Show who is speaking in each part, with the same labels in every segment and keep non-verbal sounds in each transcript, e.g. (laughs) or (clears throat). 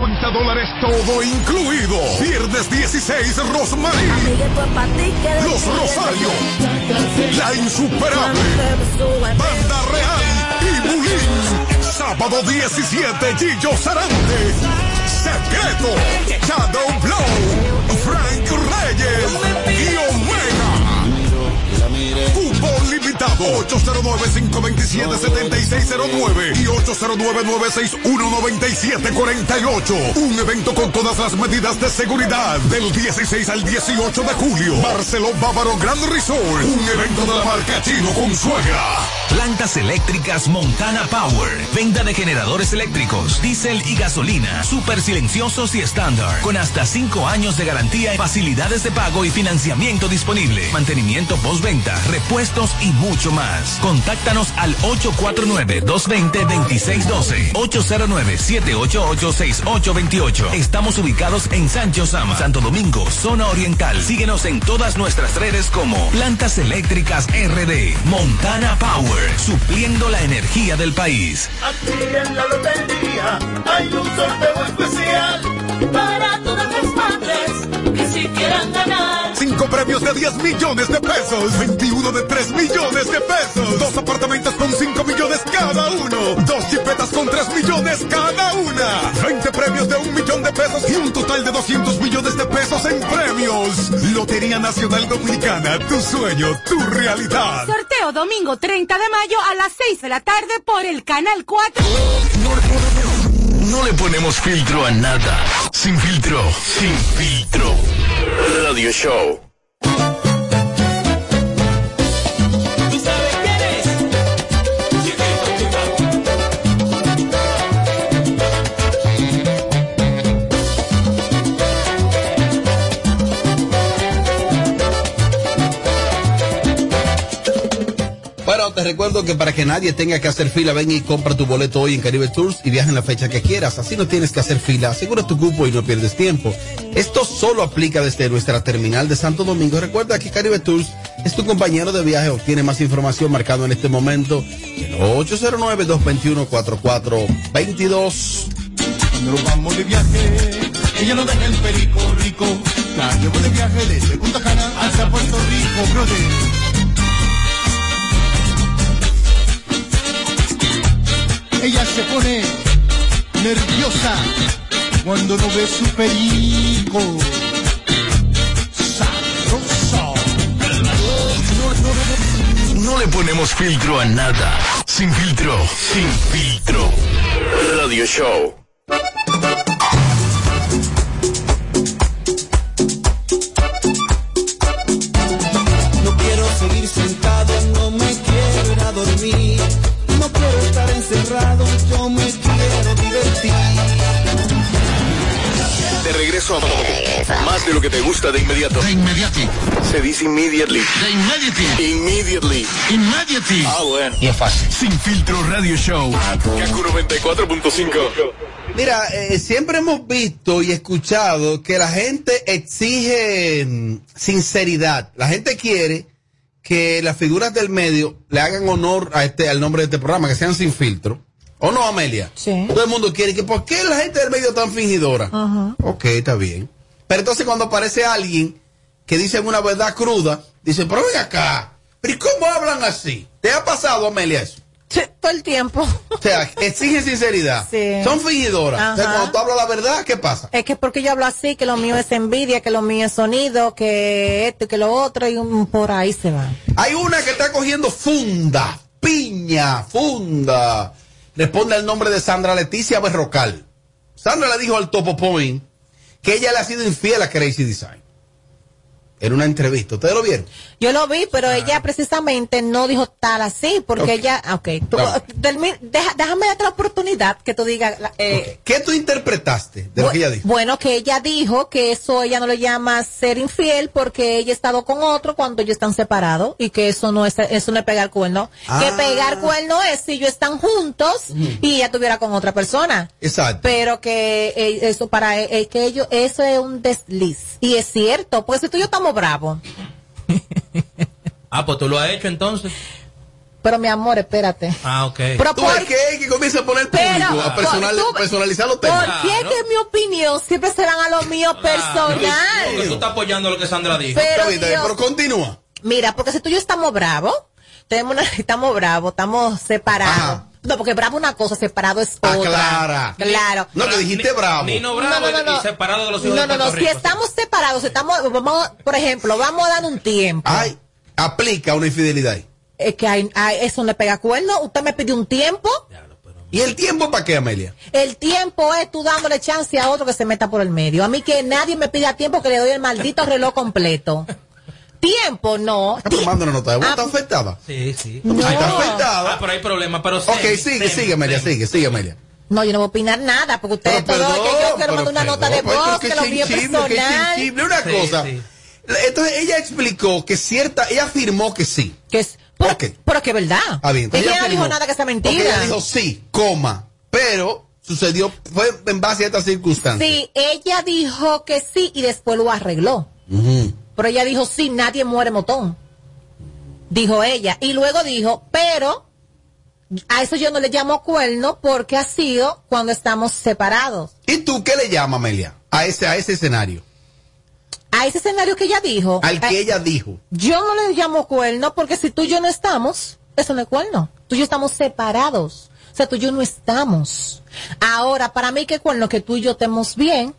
Speaker 1: 50 dólares todo incluido. Viernes 16, Rosmarie. Los Rosario. La Insuperable. Banda Real y Bulín. Sábado 17, Gillo Sarante. Secreto. Shadow Blow. Frank Reyes. Y Omega. Cupo limitado 809-527-7609 y 809-961-9748. Un evento con todas las medidas de seguridad del 16 al 18 de julio. Barcelona Bávaro Grand Resort. Un evento de la marca Chino con suegra.
Speaker 2: Plantas eléctricas Montana Power. Venta de generadores eléctricos, diésel y gasolina. Súper silenciosos y estándar. Con hasta 5 años de garantía, facilidades de pago y financiamiento disponible. Mantenimiento postventa, repuestos y mucho más. Contáctanos al 849-220-2612. 809-788-6828. Estamos ubicados en Sancho Sama, Santo Domingo, zona oriental. Síguenos en todas nuestras redes como Plantas Eléctricas RD. Montana Power supliendo la energía del país.
Speaker 3: Aquí en la lotería hay un sorteo especial para todas las madres que si quieran ganar.
Speaker 1: Cinco premios de 10 millones de pesos, 21 de 3 millones de pesos, dos apartamentos con 5 millones cada uno, dos chipetas con 3 millones cada una, 20 premios de un millón de pesos y un total de 200 millones de pesos en premios. Lotería Nacional Dominicana, tu sueño, tu realidad.
Speaker 4: Sorteo domingo 30 de mayo a las 6 de la tarde por el canal 4.
Speaker 2: No le ponemos filtro a nada. Sin filtro, sin filtro. Radio Show.
Speaker 3: ¿Tú sabes quién es? Chiquito, chiquito.
Speaker 5: Bueno, te recuerdo que para que nadie tenga que hacer fila, ven y compra tu boleto hoy en Caribe Tours y viaja en la fecha que quieras. Así no tienes que hacer fila, asegura tu cupo y no pierdes tiempo. Esto solo aplica desde nuestra terminal de Santo Domingo. Recuerda que Caribe Tours es tu compañero de viaje. Obtiene más información marcado en este momento en 809-221-4422.
Speaker 1: Cuando nos vamos de viaje,
Speaker 3: Ella no deja el perico rico. La llevo de viaje desde Punta Cana hasta Puerto Rico, brother.
Speaker 6: Ella se pone nerviosa cuando no ve su perico. Sabroso.
Speaker 2: No le ponemos filtro a nada. Sin filtro, sin filtro. Radio Show.
Speaker 7: No quiero seguir sentado, no me quiero ir a dormir. No quiero estar encerrado, yo me quiero divertir.
Speaker 8: De regreso a más de lo que te gusta de inmediato. De inmediato. Se dice immediately. De inmediato. Immediately. Immediately. Ah, bueno. Y es fácil. Sin filtro radio show. Kaku 94.5.
Speaker 5: Mira, eh, siempre hemos visto y escuchado que la gente exige mm, sinceridad. La gente quiere que las figuras del medio le hagan honor a este, al nombre de este programa, que sean sin filtro. ¿O no, Amelia? Sí. Todo el mundo quiere que, ¿por qué la gente del medio es tan fingidora? Ok, está bien. Pero entonces cuando aparece alguien que dice una verdad cruda, dice, pero ven acá, ¿pero y cómo hablan así? ¿Te ha pasado, Amelia, eso?
Speaker 9: Todo el tiempo.
Speaker 5: O sea, exigen sinceridad.
Speaker 9: Sí.
Speaker 5: Son fingidoras. O sea,
Speaker 9: Ajá.
Speaker 5: cuando tú hablas la verdad, ¿qué pasa?
Speaker 9: Es que porque yo hablo así, que lo mío es envidia, que lo mío es sonido, que esto y que lo otro, y un- por ahí se va.
Speaker 5: Hay una que está cogiendo funda, piña, funda. Responde al nombre de Sandra Leticia Berrocal. Sandra le dijo al Topo Point que ella le ha sido infiel a Crazy Design. En una entrevista. ¿Ustedes lo vieron?
Speaker 9: Yo lo vi, pero
Speaker 5: Ah.
Speaker 9: ella precisamente no dijo tal así, porque ella, ah, ok, Tú,
Speaker 5: Vamos.
Speaker 9: termi- deja- déjame darte la oportunidad que tú digas, la- eh,
Speaker 5: ¿Qué tú interpretaste de lo que ella dijo?
Speaker 9: Bueno, que ella dijo que eso ella no lo llama ser infiel porque ella ha estado con otro cuando ellos están separados y que eso no es eso no es pegar cuerno.
Speaker 5: Ah.
Speaker 9: Que pegar cuerno es si ellos están juntos
Speaker 5: Mm.
Speaker 9: y ella estuviera con otra persona.
Speaker 5: Exacto.
Speaker 9: Pero que eh, eso para eh, que ellos eso es un desliz y es cierto, porque si tú y yo estamos bravos.
Speaker 10: Ah, pues tú lo has hecho entonces.
Speaker 9: Pero mi amor, espérate.
Speaker 10: Ah, ok.
Speaker 9: Pero
Speaker 5: ¿Tú
Speaker 9: por-
Speaker 5: ves que es que comienza a poner
Speaker 9: Pero,
Speaker 5: público, a
Speaker 9: por-
Speaker 5: personal-
Speaker 9: tú-
Speaker 5: personalizar los
Speaker 9: ¿Por
Speaker 5: temas?
Speaker 9: qué que mi opinión siempre se van a lo mío personal?
Speaker 10: Porque Ah, tú estás apoyando lo que Sandra dijo.
Speaker 9: Pero, Está bien, está bien, Dios. pero
Speaker 5: continúa.
Speaker 9: Mira, porque si tú y yo estamos bravos, tenemos una- (laughs) estamos bravos, estamos separados. No, porque bravo es una cosa, separado es otra.
Speaker 5: Aclara.
Speaker 9: Claro.
Speaker 5: Ah, No, que dijiste bravo.
Speaker 10: Nino Bravo
Speaker 9: No, no, no, no.
Speaker 10: y separado de los hijos
Speaker 9: No,
Speaker 10: de
Speaker 9: no, no.
Speaker 10: Puerto
Speaker 9: Si
Speaker 10: Rico.
Speaker 9: estamos separados, estamos, vamos, por ejemplo, vamos a dar un tiempo.
Speaker 5: Ay, aplica una infidelidad. ahí.
Speaker 9: Es que hay- hay- eso no le pega cuerno. Usted me pidió un tiempo.
Speaker 5: ¿Y el tiempo para qué, Amelia?
Speaker 9: El tiempo es tú dándole chance a otro que se meta por el medio. A mí que nadie me pida tiempo que le doy
Speaker 5: (laughs)
Speaker 9: el maldito reloj completo. Tiempo, no.
Speaker 5: Ah, pero manda una nota de voz,
Speaker 9: Ah,
Speaker 5: ¿está afectada?
Speaker 10: Sí, sí.
Speaker 5: No.
Speaker 10: Ay,
Speaker 5: Está afectada.
Speaker 10: Ah, pero hay problemas. Pero
Speaker 5: Ok, sigue, sigue, Amelia, sigue, sigue, Amelia.
Speaker 9: No, yo no voy a opinar nada, porque ustedes
Speaker 5: Pero
Speaker 9: todo es que yo quiero
Speaker 5: pero
Speaker 9: mandar una
Speaker 5: perdón, pues,
Speaker 9: nota de
Speaker 5: pero
Speaker 9: voz,
Speaker 5: qué
Speaker 9: que lo vi en
Speaker 5: chinchible, qué
Speaker 9: personal.
Speaker 5: chinchible, Una
Speaker 10: Sí,
Speaker 5: cosa.
Speaker 10: sí.
Speaker 5: La- Entonces ella explicó que cierta, ella afirmó que sí.
Speaker 9: Que es, pero, pero que es verdad.
Speaker 5: Ah, bien. Entonces
Speaker 9: Ella no dijo
Speaker 5: afirmó.
Speaker 9: nada que sea
Speaker 5: Ok,
Speaker 9: mentira.
Speaker 5: ella dijo sí, coma, pero sucedió, fue en base a estas circunstancias.
Speaker 9: Sí, ella dijo que sí y después lo arregló.
Speaker 5: Ujú.
Speaker 9: Pero ella dijo, sí, nadie muere motón. Dijo ella. Y luego dijo, pero a eso yo no le llamo cuerno porque ha sido cuando estamos separados.
Speaker 5: ¿Y tú qué le llamas, Amelia? A ese, a ese escenario,
Speaker 9: A ese escenario que ella dijo,
Speaker 5: al que
Speaker 9: eh,
Speaker 5: ella dijo.
Speaker 9: yo no le llamo cuerno porque si tú y yo no estamos, eso no es cuerno. Tú y yo estamos separados. O sea, tú y yo no estamos. Ahora, para mí, que cuerno? Que tú y yo estemos bien.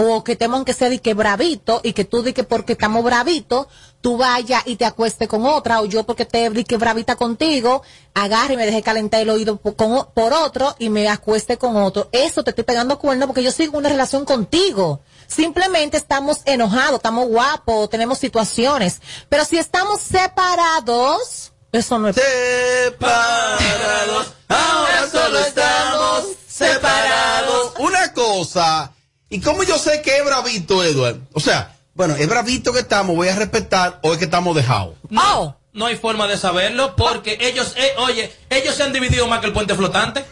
Speaker 9: O que estemos aunque sea de que bravito y que tú de que porque estamos bravitos, tú vayas y te acuestes con otra, o yo porque te di que bravita contigo, agarre y me deje calentar el oído por, con o- por otro y me acueste con otro. Eso te estoy pegando cuerno porque yo sigo una relación contigo. Simplemente estamos enojados, estamos guapos, tenemos situaciones. Pero si estamos separados, eso no es. Ah.
Speaker 5: Separados, ahora solo estamos separados. Una cosa, ¿y cómo yo sé que es bravito, Eduardo? O sea, bueno, es bravito que estamos, voy a respetar, o es que estamos dejados.
Speaker 10: No, no hay forma de saberlo porque ellos, eh, oye, ellos se han dividido más que el puente flotante.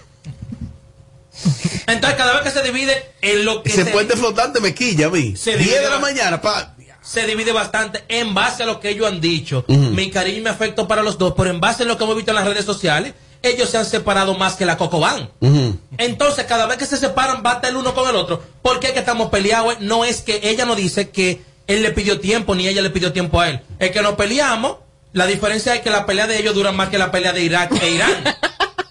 Speaker 10: Entonces, cada vez que se divide, en lo que
Speaker 5: Ese
Speaker 10: se,
Speaker 5: puente flotante me quilla a mí.
Speaker 10: Se
Speaker 5: 10 de la
Speaker 10: divide-
Speaker 5: mañana, pa.
Speaker 10: se divide bastante en base a lo que ellos han dicho. Mi cariño y mi afecto para los dos, pero en base a lo que hemos visto en las redes sociales, ellos se han separado más que la Cocobán.
Speaker 5: Ujú.
Speaker 10: Entonces, cada vez que se separan, bata el uno con el otro. ¿Por qué es que estamos peleados? No es que ella no dice que él le pidió tiempo, ni ella le pidió tiempo a él. Es que nos peleamos. La diferencia es que la pelea de ellos dura más que la pelea de Irak e
Speaker 5: (laughs)
Speaker 10: Irán.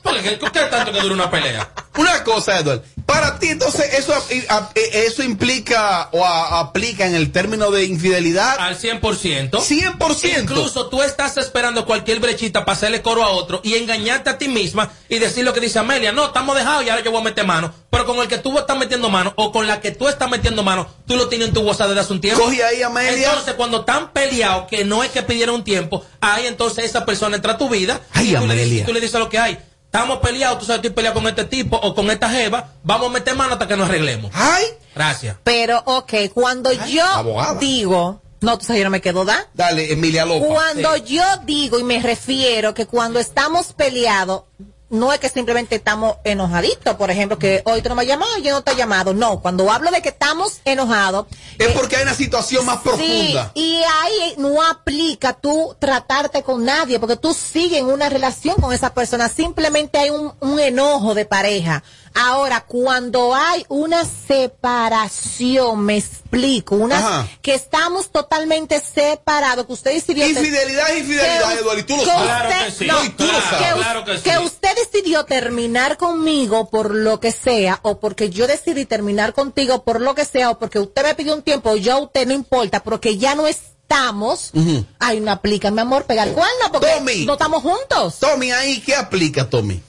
Speaker 10: Porque ¿qué, qué tanto que dura una pelea?
Speaker 5: Una cosa, Eduardo. Para ti, entonces, eso, a- eh, eso implica o a- aplica en el término de infidelidad.
Speaker 10: Al 100%.
Speaker 5: 100%.
Speaker 10: Incluso tú estás esperando cualquier brechita para hacerle coro a otro y engañarte a ti misma y decir lo que dice Amelia. No, estamos dejados y ahora yo voy a meter mano. Pero con el que tú estás metiendo mano o con la que tú estás metiendo mano, tú lo tienes en tu WhatsApp desde hace un tiempo.
Speaker 5: Coge ahí, Amelia.
Speaker 10: Entonces, cuando están peleados, que no es que pidieron un tiempo, ahí entonces esa persona entra a tu vida
Speaker 5: Ay,
Speaker 10: y tú, le,
Speaker 5: Amelia.
Speaker 10: dices- tú le dices lo que hay. Estamos peleados, tú sabes, estoy peleado con este tipo o con esta jeva, vamos a meter mano hasta que nos arreglemos.
Speaker 5: Ay,
Speaker 10: Gracias.
Speaker 9: Pero, ok, cuando yo
Speaker 5: abogada.
Speaker 9: digo, no, tú sabes, yo no me quedo, ¿da?
Speaker 5: dale, Emilia López.
Speaker 9: Cuando yo digo y me refiero que cuando estamos peleados, no es que simplemente estamos enojaditos, por ejemplo, que hoy tú no me has llamado, yo no te he llamado. No, cuando hablo de que estamos enojados,
Speaker 5: Es porque hay una situación más
Speaker 9: sí,
Speaker 5: profunda.
Speaker 9: y ahí no aplica tú tratarte con nadie, porque tú sigues en una relación con esa persona, simplemente hay un, un enojo de pareja. Ahora, cuando hay una separación, me explico, una
Speaker 5: Ajá.
Speaker 9: que estamos totalmente separados, que ustedes si bien-
Speaker 5: Infidelidad es infidelidad,
Speaker 9: que-
Speaker 5: Eduardo, y tú lo
Speaker 9: que
Speaker 5: sabes.
Speaker 10: Claro
Speaker 9: usted-
Speaker 10: que sí,
Speaker 9: no,
Speaker 5: y tú lo
Speaker 9: que
Speaker 5: sabes.
Speaker 9: us-
Speaker 10: Claro que sí.
Speaker 9: que usted decidió terminar conmigo por lo que sea, o porque yo decidí terminar contigo por lo que sea, o porque usted me pidió un tiempo, o yo a usted no importa, porque ya no estamos. Ay, no aplica, mi amor, pegar cuerno, porque
Speaker 5: Tommy.
Speaker 9: no estamos juntos.
Speaker 5: Tommy, ahí, ¿qué aplica, Tommy?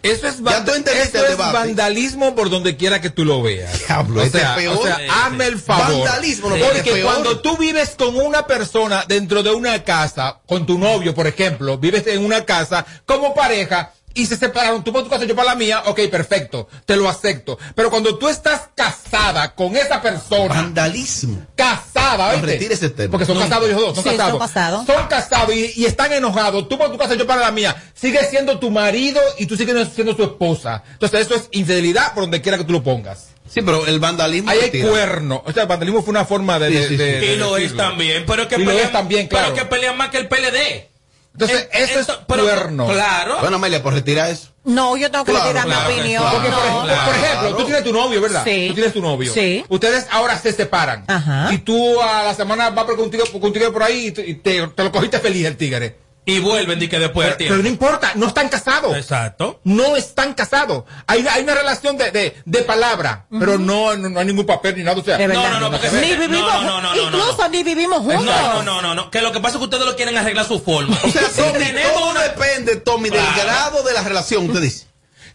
Speaker 11: Eso es,
Speaker 5: Ya tú entendiste
Speaker 11: eso
Speaker 5: el
Speaker 11: es
Speaker 5: debate.
Speaker 11: vandalismo por donde quiera que tú lo veas.
Speaker 5: Diablo,
Speaker 11: o
Speaker 5: este
Speaker 11: sea,
Speaker 5: es peor.
Speaker 11: o sea,
Speaker 5: Sí,
Speaker 11: hazme el favor.
Speaker 5: Vandalismo, no,
Speaker 11: Porque
Speaker 5: este es peor.
Speaker 11: cuando tú vives con una persona dentro de una casa, con tu novio, por ejemplo, vives en una casa como pareja y se separaron, tú para tu casa, yo para la mía, ok, perfecto, te lo acepto. Pero cuando tú estás casada con esa persona,
Speaker 5: Vandalismo.
Speaker 11: casada,
Speaker 5: No,
Speaker 11: ¿oíste?
Speaker 5: retire ese tema.
Speaker 11: Porque son
Speaker 5: No.
Speaker 11: casados ellos dos, son
Speaker 9: Sí, son
Speaker 11: casados.
Speaker 9: casados.
Speaker 11: Son casados y, y están enojados. Tú por tu casa, yo para la mía. Sigue siendo tu marido y tú sigues siendo su esposa. Entonces eso es infidelidad por donde quiera que tú lo pongas.
Speaker 5: Sí, pero el vandalismo.
Speaker 11: Ahí
Speaker 5: se
Speaker 11: hay
Speaker 5: tira.
Speaker 11: cuerno. O sea, el vandalismo fue una forma de...
Speaker 5: Sí,
Speaker 11: de-
Speaker 5: sí, sí.
Speaker 11: de- de
Speaker 10: Y lo es
Speaker 11: decirlo.
Speaker 10: también, pero que
Speaker 11: Y lo
Speaker 10: pelean-
Speaker 11: es también, claro.
Speaker 10: Pero que pelean más que el PLD.
Speaker 11: Entonces, eso es cuerno.
Speaker 10: claro.
Speaker 5: Bueno, Amelia, pues retira eso.
Speaker 9: No, yo tengo que
Speaker 11: Claro,
Speaker 9: retirar
Speaker 11: claro,
Speaker 9: mi opinión.
Speaker 11: claro. Porque, por,
Speaker 9: no.
Speaker 11: ejemplo, por ejemplo, tú tienes tu novio, ¿verdad?
Speaker 9: Sí.
Speaker 11: Tú tienes tu novio.
Speaker 9: Sí.
Speaker 11: Ustedes ahora se separan.
Speaker 9: Ajá.
Speaker 11: Y tú a la semana vas por contigo, contigo por ahí y te, y te- te lo cogiste feliz el tigre.
Speaker 10: Y vuelven y que después del
Speaker 11: Pero
Speaker 10: tiempo.
Speaker 11: no importa, no están casados.
Speaker 10: Exacto.
Speaker 11: No están casados. Hay, hay una relación de, de, de palabra, pero no, no, no hay ningún papel ni nada. O sea,
Speaker 9: De verdad. ni vivimos,
Speaker 10: no, no, no, no, no.
Speaker 9: incluso ni vivimos juntos.
Speaker 10: No, no, no, no, no. Que lo que pasa es que ustedes lo quieren arreglar su forma. (laughs)
Speaker 5: (laughs) O sea, Tommy, todo depende, Tommy, del
Speaker 11: Claro.
Speaker 5: grado de la relación, usted dice.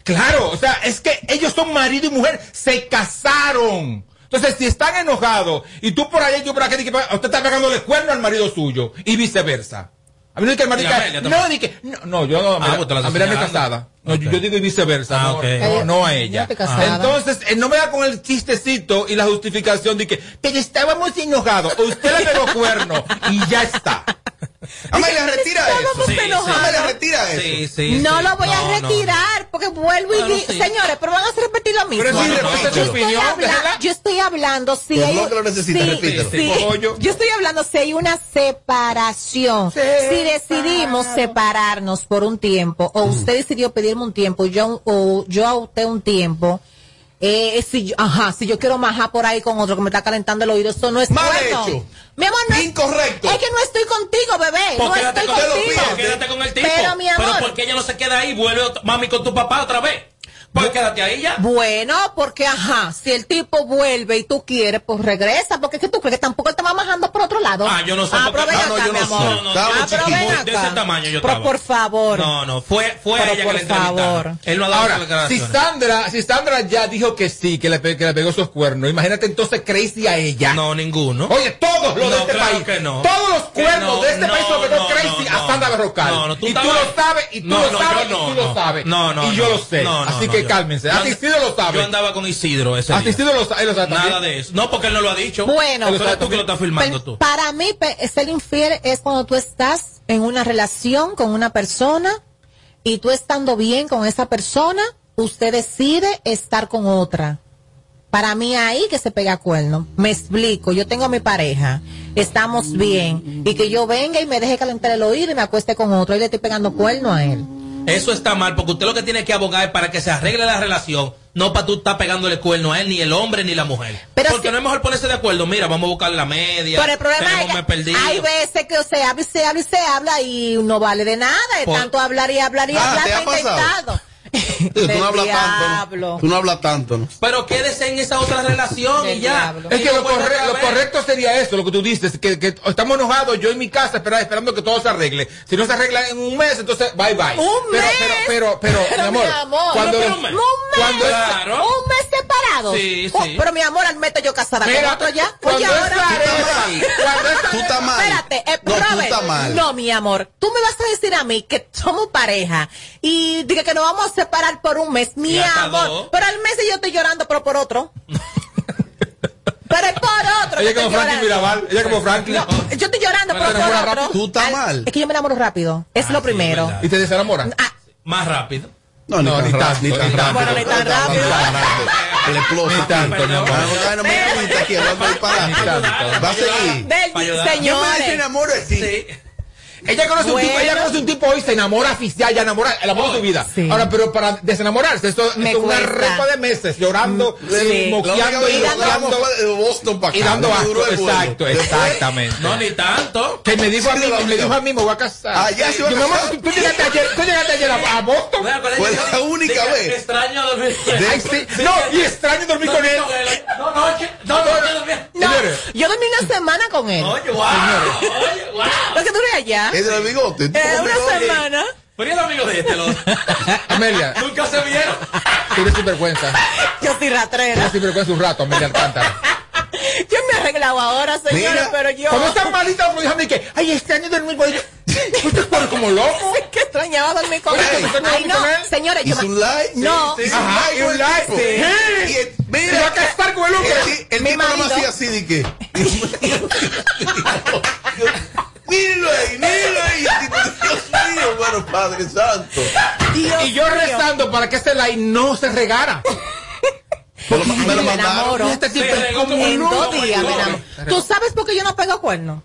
Speaker 11: Claro, o sea, es que ellos son marido y mujer, se casaron. Entonces, si están enojados y tú por ahí, yo por aquí, dije, "Pues, usted está pegándole cuerno al marido suyo y viceversa. A mí no es que el marido
Speaker 10: Y a
Speaker 11: diga,
Speaker 10: Amelia también.
Speaker 11: no, ni que, no, no, yo no,
Speaker 10: Ah,
Speaker 11: Amelia-
Speaker 10: pues te la estás
Speaker 11: Amelia no es
Speaker 10: señalando.
Speaker 11: casada. No, yo- yo digo y viceversa,
Speaker 10: Ah,
Speaker 11: no,
Speaker 10: ok.
Speaker 11: no, no a
Speaker 10: Ella
Speaker 11: ella.
Speaker 10: está casada.
Speaker 11: Entonces, eh, no me da con el chistecito y la justificación de que, pero estábamos enojados, usted le pegó cuerno y ya está.
Speaker 5: Amelia, retira
Speaker 9: Estábamos
Speaker 5: eso.
Speaker 9: Sí, sí. enojados.
Speaker 5: Amelia, retira eso.
Speaker 10: Sí,
Speaker 9: no lo voy a retirar porque vuelvo y
Speaker 10: Claro,
Speaker 9: digo,
Speaker 10: sí.
Speaker 9: señores, pero van a repetir lo mismo.
Speaker 5: Pero sí,
Speaker 9: No, no,
Speaker 5: repítelo.
Speaker 9: yo, estoy
Speaker 11: Opinión,
Speaker 9: habla-
Speaker 11: déjala.
Speaker 9: yo estoy hablando si
Speaker 5: Pues
Speaker 9: hay,
Speaker 5: no que lo necesitas,
Speaker 9: si-
Speaker 5: repítelo.
Speaker 9: si-
Speaker 11: Pollo.
Speaker 9: yo estoy hablando si hay una separación. Si decidimos separarnos por un tiempo
Speaker 5: Mm.
Speaker 9: o usted decidió pedirme un tiempo, yo o yo a usted un tiempo. Eh, si yo, ajá, si yo quiero majar por ahí con otro que me está calentando el oído, eso no es
Speaker 5: Mal
Speaker 9: bueno.
Speaker 5: hecho.
Speaker 9: Mi amor, no es-
Speaker 5: Incorrecto.
Speaker 9: Es que no estoy contigo, bebé.
Speaker 10: Pues
Speaker 9: no
Speaker 10: quédate
Speaker 9: estoy
Speaker 10: con-
Speaker 5: te lo
Speaker 9: contigo.
Speaker 5: pido,
Speaker 10: Quédate con el tipo.
Speaker 9: Pero mi amor.
Speaker 10: ¿por qué ella no se queda ahí? Vuelve ot- mami con tu papá otra vez. Pues quédate ahí ya.
Speaker 9: Bueno, porque ajá, si el tipo vuelve y tú quieres, pues regresa, porque es que tú crees que tampoco él te va majando por otro lado.
Speaker 10: Ah, yo no sé.
Speaker 9: Ah,
Speaker 10: porque-
Speaker 9: pero ven
Speaker 10: Ah, no,
Speaker 9: acá,
Speaker 10: yo
Speaker 9: mi
Speaker 10: no
Speaker 9: amor.
Speaker 10: sé. No, no,
Speaker 9: Ah,
Speaker 10: yo
Speaker 9: pero
Speaker 10: chiquito.
Speaker 9: ven
Speaker 10: De
Speaker 9: acá.
Speaker 10: ese tamaño yo
Speaker 9: Pero
Speaker 10: estaba.
Speaker 9: por favor.
Speaker 10: No, no, fue, fue
Speaker 9: Pero
Speaker 10: a ella
Speaker 9: por
Speaker 10: que le entrevistaron.
Speaker 9: favor.
Speaker 10: Él no ha dado esa
Speaker 11: Ahora, si
Speaker 10: declaración.
Speaker 11: Sandra, si Sandra ya dijo que sí, que le, pe- que le pegó esos cuernos, imagínate entonces Crazy a ella.
Speaker 10: No, ninguno.
Speaker 11: Oye, todos los
Speaker 10: No,
Speaker 11: de este
Speaker 10: claro
Speaker 11: país,
Speaker 10: que no.
Speaker 11: todos los
Speaker 10: Que
Speaker 11: cuernos
Speaker 10: no,
Speaker 11: de este
Speaker 10: no,
Speaker 11: país lo pegó
Speaker 10: no,
Speaker 11: Crazy
Speaker 10: no,
Speaker 11: a Sandra
Speaker 10: no.
Speaker 11: Berrocal.
Speaker 10: No, no, tú
Speaker 11: y tú
Speaker 10: estabas-
Speaker 11: lo sabes, y tú
Speaker 10: No,
Speaker 11: lo
Speaker 10: no,
Speaker 11: sabes,
Speaker 10: yo
Speaker 11: y
Speaker 10: no,
Speaker 11: tú lo
Speaker 10: no.
Speaker 11: sabes.
Speaker 10: No, no,
Speaker 11: Y yo
Speaker 10: no.
Speaker 11: lo sé.
Speaker 10: No, no,
Speaker 11: Así
Speaker 10: no,
Speaker 11: que
Speaker 10: yo-
Speaker 11: cálmense.
Speaker 10: yo
Speaker 11: Así
Speaker 10: and-
Speaker 11: sí lo sabe.
Speaker 10: Yo andaba con Isidro ese
Speaker 11: Así
Speaker 10: día.
Speaker 11: sí lo sabe. él lo sabe
Speaker 10: Nada
Speaker 11: también.
Speaker 10: de eso. No, porque él no lo ha dicho.
Speaker 9: Bueno.
Speaker 10: Pero eres tú que lo estás filmando
Speaker 9: Pero
Speaker 10: tú.
Speaker 9: Para mí, pe- ser infiel es cuando tú estás en una relación con una persona y tú estando bien con esa persona, usted decide estar con otra. Para mí ahí que se pega cuerno. Me explico, yo tengo a mi pareja, estamos bien, y que yo venga y me deje calentar el oído y me acueste con otro y le estoy pegando cuerno a él.
Speaker 10: Eso está mal, porque usted lo que tiene que abogar es para que se arregle la relación, no para tú estar pegándole cuerno a él, ni el hombre ni la mujer.
Speaker 9: Pero
Speaker 10: porque
Speaker 9: si-
Speaker 10: no es mejor ponerse de acuerdo. Mira, vamos a buscar la media.
Speaker 9: Pero el problema
Speaker 10: tenemos
Speaker 9: es
Speaker 10: más
Speaker 9: que
Speaker 10: perdido.
Speaker 9: hay
Speaker 11: (laughs)
Speaker 9: veces que se habla y se habla y se habla y no vale de nada, de
Speaker 10: Por-
Speaker 9: tanto hablar y hablar y
Speaker 5: Ah,
Speaker 9: hablar
Speaker 5: ¿te ha
Speaker 9: está
Speaker 5: pasado?
Speaker 9: inventado.
Speaker 5: Tú
Speaker 9: Del
Speaker 5: no hablas tanto.
Speaker 9: diablo.
Speaker 5: ¿no? Tú no hablas tanto, ¿no?
Speaker 10: Pero quédese en esa otra relación y
Speaker 9: Del
Speaker 10: ya.
Speaker 9: diablo.
Speaker 11: Es
Speaker 10: Y
Speaker 11: que
Speaker 10: no
Speaker 11: lo,
Speaker 10: vuelve
Speaker 11: corre-
Speaker 10: otra
Speaker 11: lo
Speaker 10: vez.
Speaker 11: correcto sería eso, lo que tú dices, que, que estamos enojados, yo en mi casa espera- esperando que todo se arregle. Si no se arregla en un mes, entonces bye bye.
Speaker 9: Un
Speaker 11: pero,
Speaker 9: mes.
Speaker 11: Pero, pero, pero, mi amor, cuando,
Speaker 10: Pero, pero, un mes.
Speaker 11: cuando
Speaker 9: un mes,
Speaker 10: Claro.
Speaker 9: un mes separados.
Speaker 10: Sí,
Speaker 9: Oh,
Speaker 10: sí.
Speaker 9: pero mi amor, al meto yo casada
Speaker 11: Mira,
Speaker 9: con otro ya.
Speaker 11: cuando
Speaker 9: Oye,
Speaker 11: es
Speaker 9: ahora.
Speaker 11: pareja, cuando es
Speaker 5: Tú estás mal.
Speaker 9: Espérate, eh,
Speaker 5: No, tú
Speaker 9: Robert,
Speaker 5: estás mal.
Speaker 9: no, mi amor, tú me vas a decir a mí que somos pareja y diga que nos vamos a separar por un mes, mi
Speaker 10: Y hasta
Speaker 9: amor,
Speaker 10: dos.
Speaker 9: pero al mes yo estoy llorando, pero por otro. pero es por otro. que
Speaker 11: Ella como
Speaker 9: estoy
Speaker 11: Franklin
Speaker 9: llorando.
Speaker 11: Mirabal, ella como Franklin.
Speaker 9: No, yo estoy llorando, pero
Speaker 11: Pero te
Speaker 9: por
Speaker 11: enamoras
Speaker 9: otro.
Speaker 11: rápido.
Speaker 5: Tú estás
Speaker 9: Al-
Speaker 5: mal.
Speaker 9: Es que yo me enamoro rápido, es
Speaker 10: Ah,
Speaker 9: lo
Speaker 10: sí,
Speaker 9: primero.
Speaker 10: verdad.
Speaker 11: ¿Y te desenamora?
Speaker 9: Ah,
Speaker 10: Más rápido.
Speaker 5: No,
Speaker 11: No, ni
Speaker 5: ra-
Speaker 11: tanto, ni tanto.
Speaker 9: Bueno, ni tan
Speaker 5: No,
Speaker 9: rápido.
Speaker 5: El explosa.
Speaker 11: Ni tanto,
Speaker 10: mi amor.
Speaker 5: Ah, No me necesitas aquí hablando del
Speaker 11: Ni
Speaker 5: parásito.
Speaker 11: tanto.
Speaker 5: Va a seguir.
Speaker 9: del-
Speaker 10: Pa' ayudar.
Speaker 5: Yo me
Speaker 9: señores.
Speaker 5: desenamoro de ti.
Speaker 10: Sí.
Speaker 11: Ella conoce, un tipo,
Speaker 9: Bueno.
Speaker 11: ella conoce un tipo hoy, se enamora oficial, ya enamora el amor de su vida.
Speaker 9: Sí.
Speaker 11: Ahora, pero para desenamorarse, esto esto
Speaker 9: Me
Speaker 11: es una
Speaker 9: cuesta.
Speaker 11: repa de meses, llorando,
Speaker 9: Sí.
Speaker 11: y
Speaker 5: Lo único
Speaker 11: moqueando
Speaker 5: que
Speaker 11: y
Speaker 5: logramos
Speaker 11: llorando.
Speaker 5: fue de Boston para acá.
Speaker 11: Y dando
Speaker 5: No duró
Speaker 11: asco.
Speaker 5: el vuelo.
Speaker 11: Exacto,
Speaker 5: Después-
Speaker 11: exactamente.
Speaker 10: No, ni tanto.
Speaker 11: Que me dijo a
Speaker 5: Sí,
Speaker 11: mí,
Speaker 5: de la
Speaker 11: me
Speaker 5: vida.
Speaker 11: dijo a mí, me voy a casar.
Speaker 5: Ah, ya se va a
Speaker 11: Yo, mi amor,
Speaker 5: casar.
Speaker 11: tú, tú llegaste ayer, tú llegaste ayer a, a Boston.
Speaker 10: Mira, con
Speaker 5: Fue
Speaker 10: ella
Speaker 5: la
Speaker 10: dice-
Speaker 5: única
Speaker 10: dice,
Speaker 5: vez.
Speaker 10: Extraño dormir.
Speaker 11: Ay, sí. No, y extraño dormir con él.
Speaker 10: No, no, noche. No, no, no, dormí.
Speaker 9: No,
Speaker 11: Señores.
Speaker 9: yo dormí una semana con él.
Speaker 10: Oye, wow. Oye, wow.
Speaker 9: Lo que duré allá.
Speaker 5: Es del bigote. tú
Speaker 9: Eh,
Speaker 5: como
Speaker 9: una
Speaker 5: que no-
Speaker 9: semana.
Speaker 10: Pero ¿y el amigo de este,
Speaker 9: (laughs)
Speaker 10: los.
Speaker 11: Amelia,
Speaker 10: Nunca se vieron.
Speaker 11: tú eres sinvergüenza.
Speaker 9: Yo soy
Speaker 11: Tú
Speaker 9: ratrera.
Speaker 11: eres sinvergüenza un rato, Amelia Alcántara.
Speaker 9: Yo me he arreglado ahora, señores,
Speaker 5: Mira,
Speaker 9: pero yo.
Speaker 11: Como estás malita, me dijo a mí que, ay, este extraño dormir con él. Tú estás por- como loco.
Speaker 9: Es que extrañaba dormir con este
Speaker 11: Oye,
Speaker 9: él.
Speaker 11: ¿tú estás
Speaker 9: Ay,
Speaker 11: dormido con
Speaker 9: no,
Speaker 11: él?
Speaker 9: señores, yo
Speaker 5: Hizo
Speaker 9: me.
Speaker 5: un like.
Speaker 9: No.
Speaker 5: Sí, hizo
Speaker 11: Ajá, y un like,
Speaker 5: fue el tipo.
Speaker 11: sí.
Speaker 5: Y el-
Speaker 11: Se va
Speaker 5: Mira,
Speaker 11: a casar con el hombre.
Speaker 5: el ti- el
Speaker 9: Mi
Speaker 5: tipo nada más
Speaker 9: marido.
Speaker 5: hacía así de que. Míralo ahí, míralo ahí. el tipo, Dios mío, bueno, Padre Santo.
Speaker 9: Dios
Speaker 11: Y yo
Speaker 9: mío.
Speaker 11: rezando para
Speaker 8: este
Speaker 11: que ese like no se regara.
Speaker 5: Me lo- me lo
Speaker 9: me
Speaker 5: mandaron.
Speaker 9: enamoro.
Speaker 11: Este tipo
Speaker 10: Se
Speaker 11: es
Speaker 10: regó
Speaker 11: como
Speaker 10: como
Speaker 9: En
Speaker 11: loco.
Speaker 9: dos
Speaker 10: no,
Speaker 9: días
Speaker 10: no,
Speaker 9: me
Speaker 10: no.
Speaker 9: enamoro. ¿Tú sabes por qué yo no pego cuerno?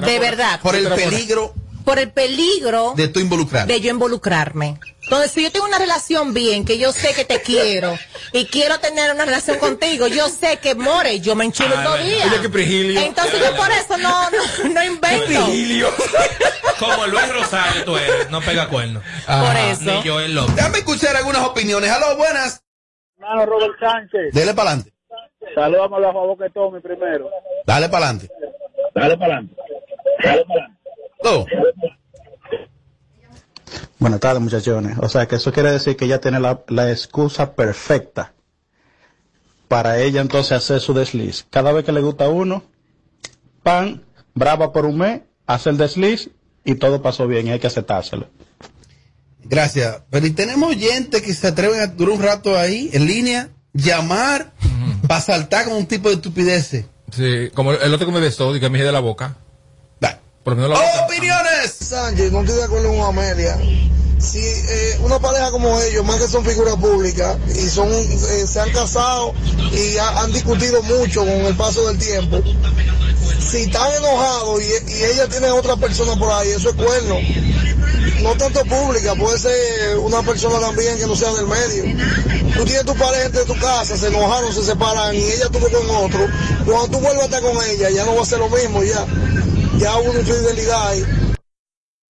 Speaker 9: De verdad.
Speaker 5: Por el
Speaker 11: Otra cosa.
Speaker 5: peligro
Speaker 9: por el peligro
Speaker 5: de tú involucrar.
Speaker 9: de yo involucrarme. Entonces, si yo tengo una relación bien, que yo sé que te quiero y quiero tener una relación contigo, yo sé que more, yo me enchulo en
Speaker 10: Ah,
Speaker 9: dos
Speaker 10: bueno.
Speaker 9: días.
Speaker 10: Oye, qué prigilio.
Speaker 9: Entonces, yo por eso no, no, Pues no invento.
Speaker 10: Virgilio. (laughs) Como Luis Rosario tú eres, no pega cuernos.
Speaker 5: Por
Speaker 10: Ni
Speaker 5: eso.
Speaker 10: yo el loco.
Speaker 5: Déjame escuchar algunas opiniones. Aló, buenas.
Speaker 12: Hermano Robert Sánchez.
Speaker 5: Dele para adelante.
Speaker 12: Saludamos a favor que tome primero.
Speaker 5: Dale para adelante.
Speaker 12: Dale para adelante. Dale para adelante.
Speaker 13: Buenas tardes, muchachones. O sea, que eso quiere decir que ella tiene la, la excusa perfecta para ella entonces hacer su desliz. Cada vez que le gusta a uno, pan, brava por un mes, hace el desliz y todo pasó bien y hay que aceptárselo.
Speaker 5: Gracias. Pero y tenemos oyentes que se atreven a durar un rato ahí, en línea, llamar, para saltar con un tipo de estupideces.
Speaker 11: Sí, como el otro que me besó, y que me dije de la boca. Por lo menos la boca.
Speaker 5: ¡Opiniones!
Speaker 14: Sánchez, no estoy de acuerdo con Amelia. Si eh, una pareja como ellos, más que son figuras públicas y son eh, se han casado y ha- han discutido mucho con el paso del tiempo, si están enojados y, y ella tiene a otra persona por ahí, eso es cuerno. No tanto pública, puede ser una persona también que no sea del medio. Tú tienes tu pareja entre tu casa, se enojaron, se separan y ella tuvo con otro. Cuando tú vuelvas a estar con ella, ya no va a ser lo mismo, ya. Ya hubo una infidelidad ahí.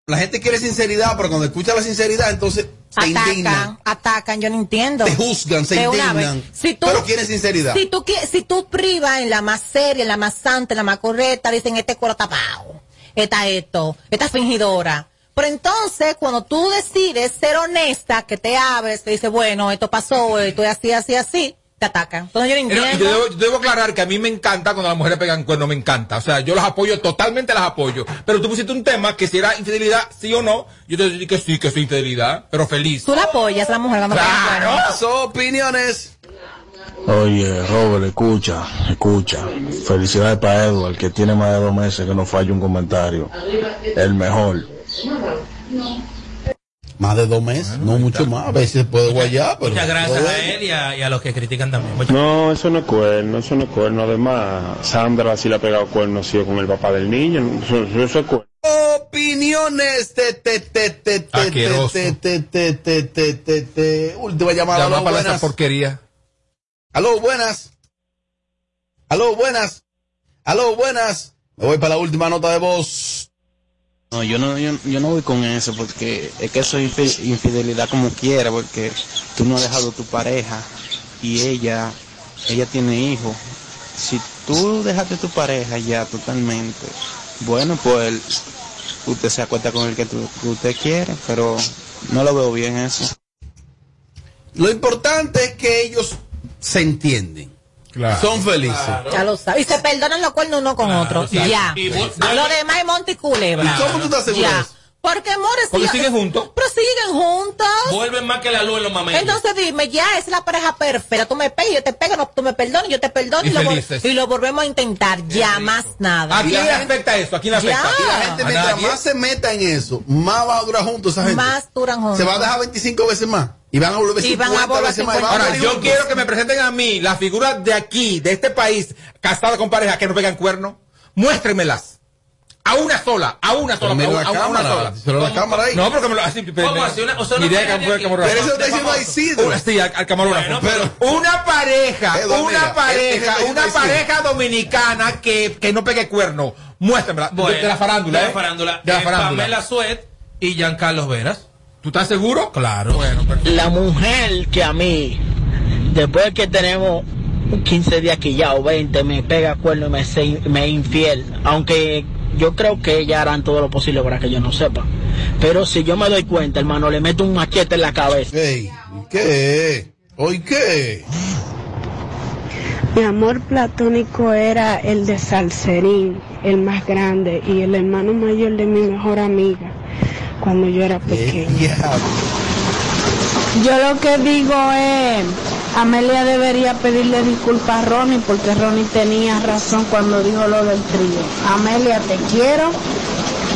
Speaker 5: La gente quiere sinceridad, pero cuando escucha la sinceridad, entonces se indignan.
Speaker 9: Atacan, atacan, yo no entiendo.
Speaker 5: Te juzgan, se
Speaker 9: De una
Speaker 5: indignan.
Speaker 9: vez. Si tú,
Speaker 5: Pero quieren sinceridad.
Speaker 9: Si tú, qui- si tú privas en la más seria, en la más santa, en la más correcta, dicen este cuero tapado, esta esto, esta fingidora. Pero entonces, cuando tú decides ser honesta, que te abres, te dices, bueno, esto pasó, estoy así, así, así, te atacan. Entonces yo no
Speaker 11: Pero
Speaker 9: entiendo.
Speaker 11: yo, debo, yo debo aclarar que a mí me encanta cuando las mujeres pegan cuernos, me encanta. O sea, yo las apoyo, totalmente las apoyo. Pero tú pusiste un tema que si era infidelidad, sí o no. Yo te dije que sí, que es infidelidad, pero feliz.
Speaker 9: Tú la apoyas a la mujer cuando pega cuernos.
Speaker 5: Son opiniones.
Speaker 15: Oye, Robert, escucha, escucha. Felicidades para Edward, que tiene más de dos meses que no falla un comentario. El mejor.
Speaker 5: Más de dos meses, no mucho más. A veces puede guayar, pero.
Speaker 10: Muchas gracias a él y a, y a los que critican también. Muchas-
Speaker 16: No, eso no es cuerno, eso no es cuerno. Además, Sandra sí le ha pegado cuerno, sí, con el papá del niño. Eso, eso es cuerno.
Speaker 5: Opiniones. Te, te, te, te, te,
Speaker 16: Asqueroso.
Speaker 5: te, te, te, te, te, te, te. Última llamada.
Speaker 11: Llama
Speaker 5: Aló,
Speaker 11: para esa
Speaker 5: buenas.
Speaker 11: porquería.
Speaker 5: Aló, buenas. Aló, buenas. Aló, buenas. Me voy para la última nota de voz.
Speaker 17: No, yo no, yo, yo no voy con eso porque es que eso es infi- infidelidad como quiera, porque tú no has dejado a tu pareja y ella, ella tiene hijos. Si tú dejaste a tu pareja ya totalmente, bueno, pues usted se acuesta con el que, tú- que usted quiere, pero no lo veo bien eso.
Speaker 5: Lo importante es que ellos se entienden. Son felices.
Speaker 9: Ya lo sabes. Y se perdonan los cuernos uno con otro.
Speaker 5: exacto.
Speaker 9: Ya.
Speaker 5: Y vu-
Speaker 9: lo demás es Monte y Culebra.
Speaker 10: ¿Y cómo tú estás seguro de
Speaker 9: Ya.
Speaker 10: eso?
Speaker 9: Porque, amores,
Speaker 10: Porque
Speaker 9: si-
Speaker 10: siguen juntos.
Speaker 9: Pero siguen juntos.
Speaker 10: Vuelven más que la luz en los mamelos.
Speaker 9: Entonces dime, ya esa es la pareja perfecta. Tú me pegas, yo te pego, no, tú me perdonas, yo te perdono
Speaker 11: Y
Speaker 9: y, lo, vol-
Speaker 11: felices.
Speaker 9: y lo volvemos a intentar. Ya más nada.
Speaker 11: ¿A quién le afecta eso? ¿A quién le afecta?
Speaker 9: Ya.
Speaker 5: Y la gente,
Speaker 11: ¿A
Speaker 5: mientras
Speaker 11: nadie?
Speaker 5: más se meta en eso, más va a durar juntos esa gente.
Speaker 9: Más duran juntos.
Speaker 5: Se va a dejar 25 veces más. Y van a volver 50 veces más. y van a
Speaker 11: Ahora,
Speaker 5: morir
Speaker 11: yo
Speaker 5: juntos.
Speaker 11: quiero que me presenten a mí las figuras de aquí, de este país, casadas con parejas que no pegan cuerno. Muéstremelas. A una sola, a una sola, a,
Speaker 5: Pero mira
Speaker 11: una-
Speaker 5: la
Speaker 11: a una
Speaker 5: cámara,
Speaker 11: sola.
Speaker 5: pero la cámara ahí.
Speaker 11: No, porque me lo así. pero-
Speaker 5: ¿Cómo así? Una- o sea,
Speaker 11: mi
Speaker 5: una
Speaker 11: idea
Speaker 5: pareja
Speaker 11: que fue
Speaker 5: de
Speaker 11: como
Speaker 5: aquí. Pero eso está diciendo a Isidro.
Speaker 11: Una- Sí, al, al camarógrafo. pero una pareja,
Speaker 5: Eduardo,
Speaker 11: una
Speaker 5: Eh, mira,
Speaker 11: pareja,
Speaker 5: este- este-
Speaker 11: una
Speaker 5: este-
Speaker 11: pareja dominicana que, que no pegue cuerno. Muéstremela. de-
Speaker 10: Bueno,
Speaker 11: de, la farándula.
Speaker 10: De la
Speaker 11: ¿eh?
Speaker 10: farándula.
Speaker 11: De la
Speaker 10: Eh,
Speaker 11: farándula.
Speaker 10: Pamela Suet y Giancarlos Veras.
Speaker 11: ¿Tú estás seguro? Claro. Bueno,
Speaker 18: La mujer que a mí, después que tenemos 15 días que ya o 20, me pega cuerno y me, se- me es infiel, aunque yo creo que ellas harán todo lo posible para que yo no sepa. Pero si yo me doy cuenta, hermano, le meto un machete en la cabeza.
Speaker 5: ¿Qué? ¿Hoy qué?
Speaker 19: Mi amor platónico era el de Salserín, el más grande, y el hermano mayor de mi mejor amiga, cuando yo era pequeña. Yo lo que digo es, Amelia debería pedirle disculpas a Ronnie porque Ronnie tenía razón cuando dijo lo del trío. Amelia, te quiero,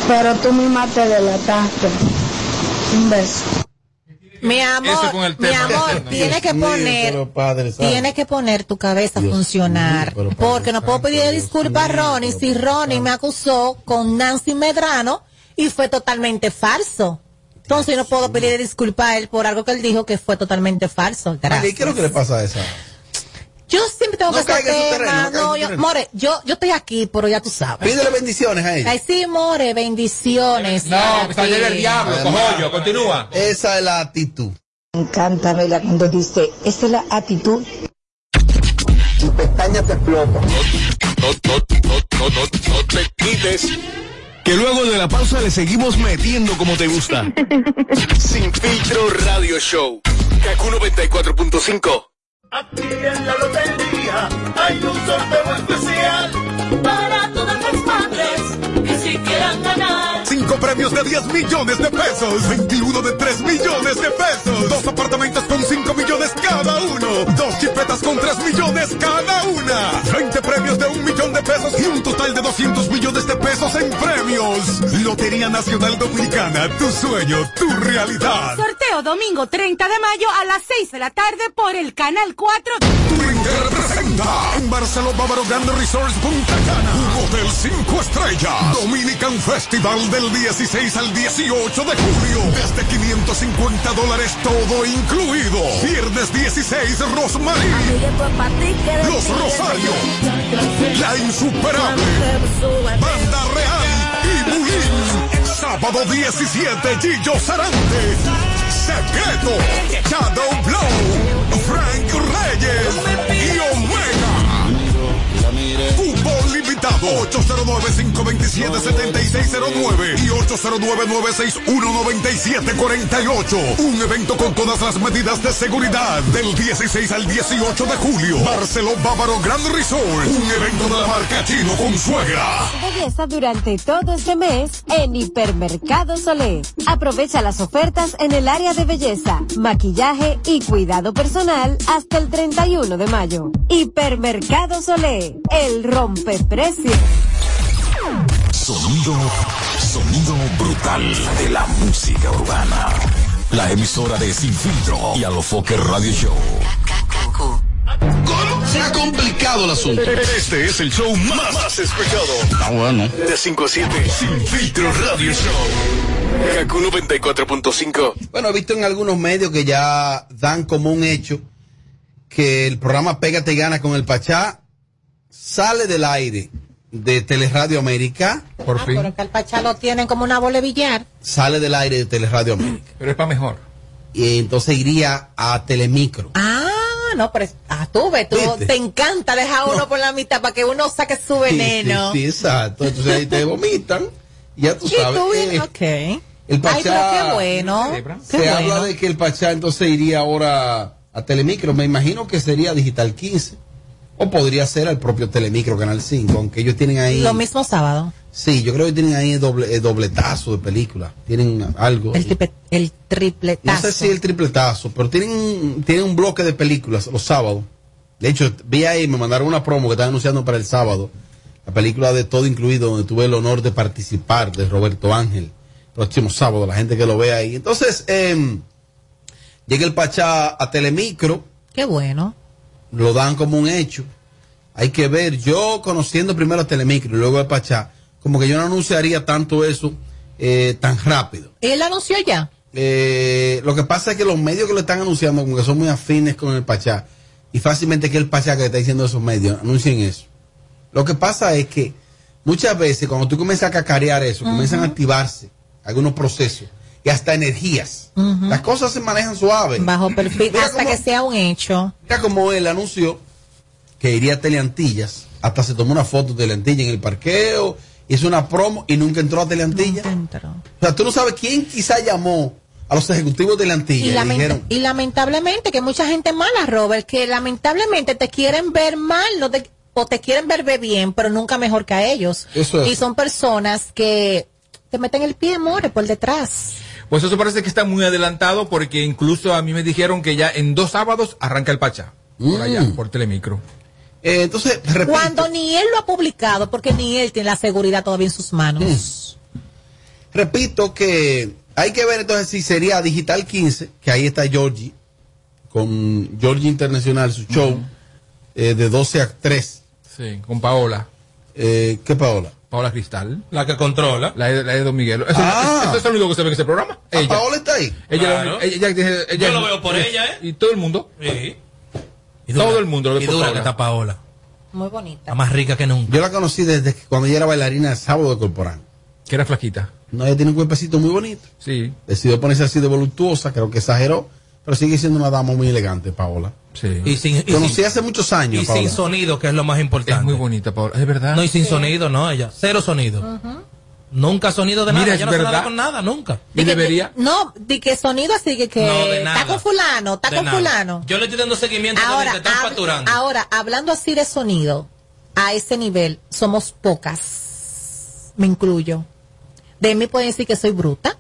Speaker 19: pero tú misma te delataste. Un beso.
Speaker 9: Mi amor,
Speaker 5: con el
Speaker 9: mi
Speaker 5: tema.
Speaker 9: amor,
Speaker 5: Dios
Speaker 9: tiene que
Speaker 5: mío,
Speaker 9: poner,
Speaker 5: pero padre, ¿sabe?
Speaker 9: tiene que poner tu cabeza
Speaker 5: Dios
Speaker 9: a funcionar.
Speaker 5: mío, pero
Speaker 9: porque no puedo pedir disculpas a Ronnie si Ronnie me acusó con Nancy Medrano y fue totalmente falso. Entonces yo no puedo pedirle disculpas a él por algo que él dijo que fue totalmente falso. Gracias.
Speaker 5: Mari, ¿Qué es lo que le pasa a esa?
Speaker 9: Yo siempre tengo
Speaker 5: No
Speaker 9: que hacer
Speaker 5: caiga en su terreno,
Speaker 9: tema.
Speaker 5: no caiga en
Speaker 9: No,
Speaker 5: su
Speaker 9: yo,
Speaker 5: terreno.
Speaker 9: More, yo, yo estoy aquí, pero ya tú sabes.
Speaker 5: Pídele bendiciones a ella.
Speaker 9: Ay, sí, More, bendiciones. para
Speaker 11: que se la lleve el
Speaker 9: ti.
Speaker 11: diablo, cojollo, continúa.
Speaker 5: Esa es la actitud.
Speaker 20: Me encanta, Mela, cuando dice, esa es la actitud.
Speaker 1: Tu pestaña te explota. No, no, no, no, no, no te quites.
Speaker 2: Que luego de la pausa le seguimos metiendo como te gusta.
Speaker 8: Sin filtro radio show. Kaku 94.5.
Speaker 3: Aquí en la lotería este hay un sorteo especial para todas las madres que si quieran ganar.
Speaker 1: 5 premios de 10 millones de pesos. 21 de 3 millones de pesos. Dos apartamentos con 5 millones cada uno. Dos chipetas con 3 millones cada una. 20 premios de 1 millón de pesos y un total de 200 millones de pesos en premios. Lotería Nacional Dominicana. Tu sueño, tu realidad.
Speaker 4: Sorteo domingo 30 de mayo a las 6 de la tarde por el canal 4.
Speaker 1: Representa en Barceló Bávaro Grand Resorts Punta Cana. Un hotel 5 estrellas. Dominican Festival del 16 al 18 de julio. Desde 550 dólares todo incluido. Viernes 16, Rosmarie. Los Rosario. La Insuperable. Banda Real y Bulín. Sábado 17, Gillo Sarante. Secreto. Shadow Blow. Frank Reyes. Y Omega. Fútbol limitado. 809-527-7609 y 809-961-9748. Un evento con todas las medidas de seguridad. Del 16 al 18 de julio. Barceló Bávaro Grand Resort. Un evento de la marca Chino con suegra.
Speaker 21: Belleza durante todo este mes en Hipermercado Solé. Aprovecha las ofertas en el área de belleza, maquillaje y cuidado personal hasta el 31 de mayo. Hipermercado Solé, el rompeprecios.
Speaker 2: Sonido, sonido brutal de la música urbana. La emisora de Sin Filtro y Alofoque Radio Show.
Speaker 8: Se ha complicado el asunto. Este es el show más, más escuchado.
Speaker 2: Ah, bueno.
Speaker 8: De 5 a 7. Sin filtro radio show. Kaku 94.5.
Speaker 5: Bueno, he visto en algunos medios que ya dan como un hecho que el programa Pégate y Gana con el Pachá sale del aire de Teleradio América. Por
Speaker 9: Ah, pero que al Pachá lo tienen como una bola de billar.
Speaker 5: Sale del aire de Teleradio América.
Speaker 11: Mm, Pero es para mejor.
Speaker 5: Y entonces iría a Telemicro.
Speaker 9: Ah, no, pero es- ah, tú ves, tú
Speaker 5: ¿Viste?
Speaker 9: te encanta dejar uno por la mitad para que uno saque su veneno.
Speaker 5: Sí, sí, exacto. Entonces ahí te vomitan. Ya tú
Speaker 9: Sí,
Speaker 5: sabes.
Speaker 9: tú,
Speaker 5: eh,
Speaker 9: ok.
Speaker 5: El
Speaker 9: Ay, pero
Speaker 5: Pachá. eh,
Speaker 9: qué bueno. Qué
Speaker 5: Se habla
Speaker 9: bueno.
Speaker 5: de que el Pachá entonces iría ahora a Telemicro. Me imagino que sería Digital 15. O podría ser al propio Telemicro Canal 5, aunque ellos tienen ahí.
Speaker 9: Lo mismo sábado.
Speaker 5: Sí, yo creo que tienen ahí doble, eh, dobletazo de película. Tienen algo. El,
Speaker 9: el tripletazo.
Speaker 5: No sé si el tripletazo, pero tienen, tienen un bloque de películas los sábados. De hecho, vi ahí, me mandaron una promo que están anunciando para el sábado. La película de Todo Incluido, donde tuve el honor de participar, de Roberto Ángel. Próximo sábado, la gente que lo ve ahí. Entonces, em, llega el Pachá a Telemicro
Speaker 9: Qué bueno.
Speaker 5: lo dan como un hecho. Hay que ver, yo conociendo primero a Telemicro y luego a Pachá, como que yo no anunciaría tanto eso eh, tan rápido.
Speaker 9: Él anunció ya.
Speaker 5: Eh, lo que pasa es que los medios que lo están anunciando como que son muy afines con el Pachá. Y fácilmente que el Pachá que le está diciendo esos medios, anuncien eso. Lo que pasa es que muchas veces cuando tú comienzas a cacarear eso, comienzan a activarse algunos procesos y hasta energías.
Speaker 9: Ujú.
Speaker 5: Las cosas se manejan suave.
Speaker 9: Bajo perfil,
Speaker 5: Mira
Speaker 9: hasta que sea un hecho.
Speaker 5: Mira como él anunció que iría a Teleantillas. Hasta se tomó una foto de Teleantilla en el parqueo, hizo una promo y nunca entró a Teleantilla. O sea, tú no sabes quién quizá llamó a los ejecutivos de
Speaker 9: Y,
Speaker 5: Teleantilla y, le
Speaker 9: lamenta-
Speaker 5: dijeron,
Speaker 9: y lamentablemente, que mucha gente mala, Robert, que lamentablemente te quieren ver mal no te- o te quieren ver be- bien, pero nunca mejor que a ellos.
Speaker 11: Eso es.
Speaker 9: Y son personas que te meten el pie, more, por detrás.
Speaker 11: Pues eso parece que está muy adelantado porque incluso a mí me dijeron que ya en dos sábados arranca el Pachá. Por allá, por Telemicro.
Speaker 5: Mm. Eh, entonces,
Speaker 9: Cuando ni él lo ha publicado, porque ni él tiene la seguridad todavía en sus manos.
Speaker 5: repito que hay que ver entonces si sería Digital 15, que ahí está Georgie, con Georgie Internacional, su show, eh, de 12 a 3.
Speaker 11: Sí, con Paola.
Speaker 5: Eh, ¿Qué Paola?
Speaker 11: Paola Cristal.
Speaker 10: La que controla.
Speaker 11: La, de- la de Don Miguel. Eso, eso es lo único que se ve en ese programa. Ella.
Speaker 5: Ah. Paola está ahí.
Speaker 11: Ella,
Speaker 10: Claro.
Speaker 11: ella- ella- ella-
Speaker 10: Yo lo veo por ella, ¿eh?
Speaker 11: Y todo el mundo. todo el mundo lo ve
Speaker 10: Y
Speaker 11: por
Speaker 10: dura que
Speaker 11: Paola.
Speaker 10: está Paola.
Speaker 11: Mm.
Speaker 9: Muy bonita.
Speaker 10: La más rica que nunca.
Speaker 5: Yo la conocí desde que- cuando ella era bailarina de sábado corporal.
Speaker 11: Que era flaquita.
Speaker 5: No, ella tiene un cuerpecito muy bonito.
Speaker 11: Sí.
Speaker 5: Decidió ponerse así de voluptuosa, creo que exageró, pero sigue siendo una dama muy elegante, Paola.
Speaker 11: Sí.
Speaker 10: Y sin, y
Speaker 5: Conocí
Speaker 10: sin-
Speaker 5: hace muchos años,
Speaker 10: y
Speaker 5: Paola.
Speaker 10: sin sonido, que es lo más importante.
Speaker 11: Muy bonita, Paola. Es verdad.
Speaker 10: No, y sin sonido, no, ella. Cero sonido. Nunca sonido de nada.
Speaker 11: Mira, es
Speaker 10: ella no se la da
Speaker 11: verdad.
Speaker 10: con nada, nunca.
Speaker 11: Y debería.
Speaker 9: No, di que sonido así que, que
Speaker 10: No, de nada.
Speaker 9: está con fulano, está
Speaker 10: De
Speaker 9: con
Speaker 10: nada.
Speaker 9: fulano.
Speaker 10: Yo le estoy dando seguimiento
Speaker 9: Ahora, ah,
Speaker 10: ahora, te están
Speaker 9: hab-
Speaker 10: facturando.
Speaker 9: ahora, hablando así de sonido, a ese nivel, somos pocas. Me incluyo. De mí pueden decir que soy bruta,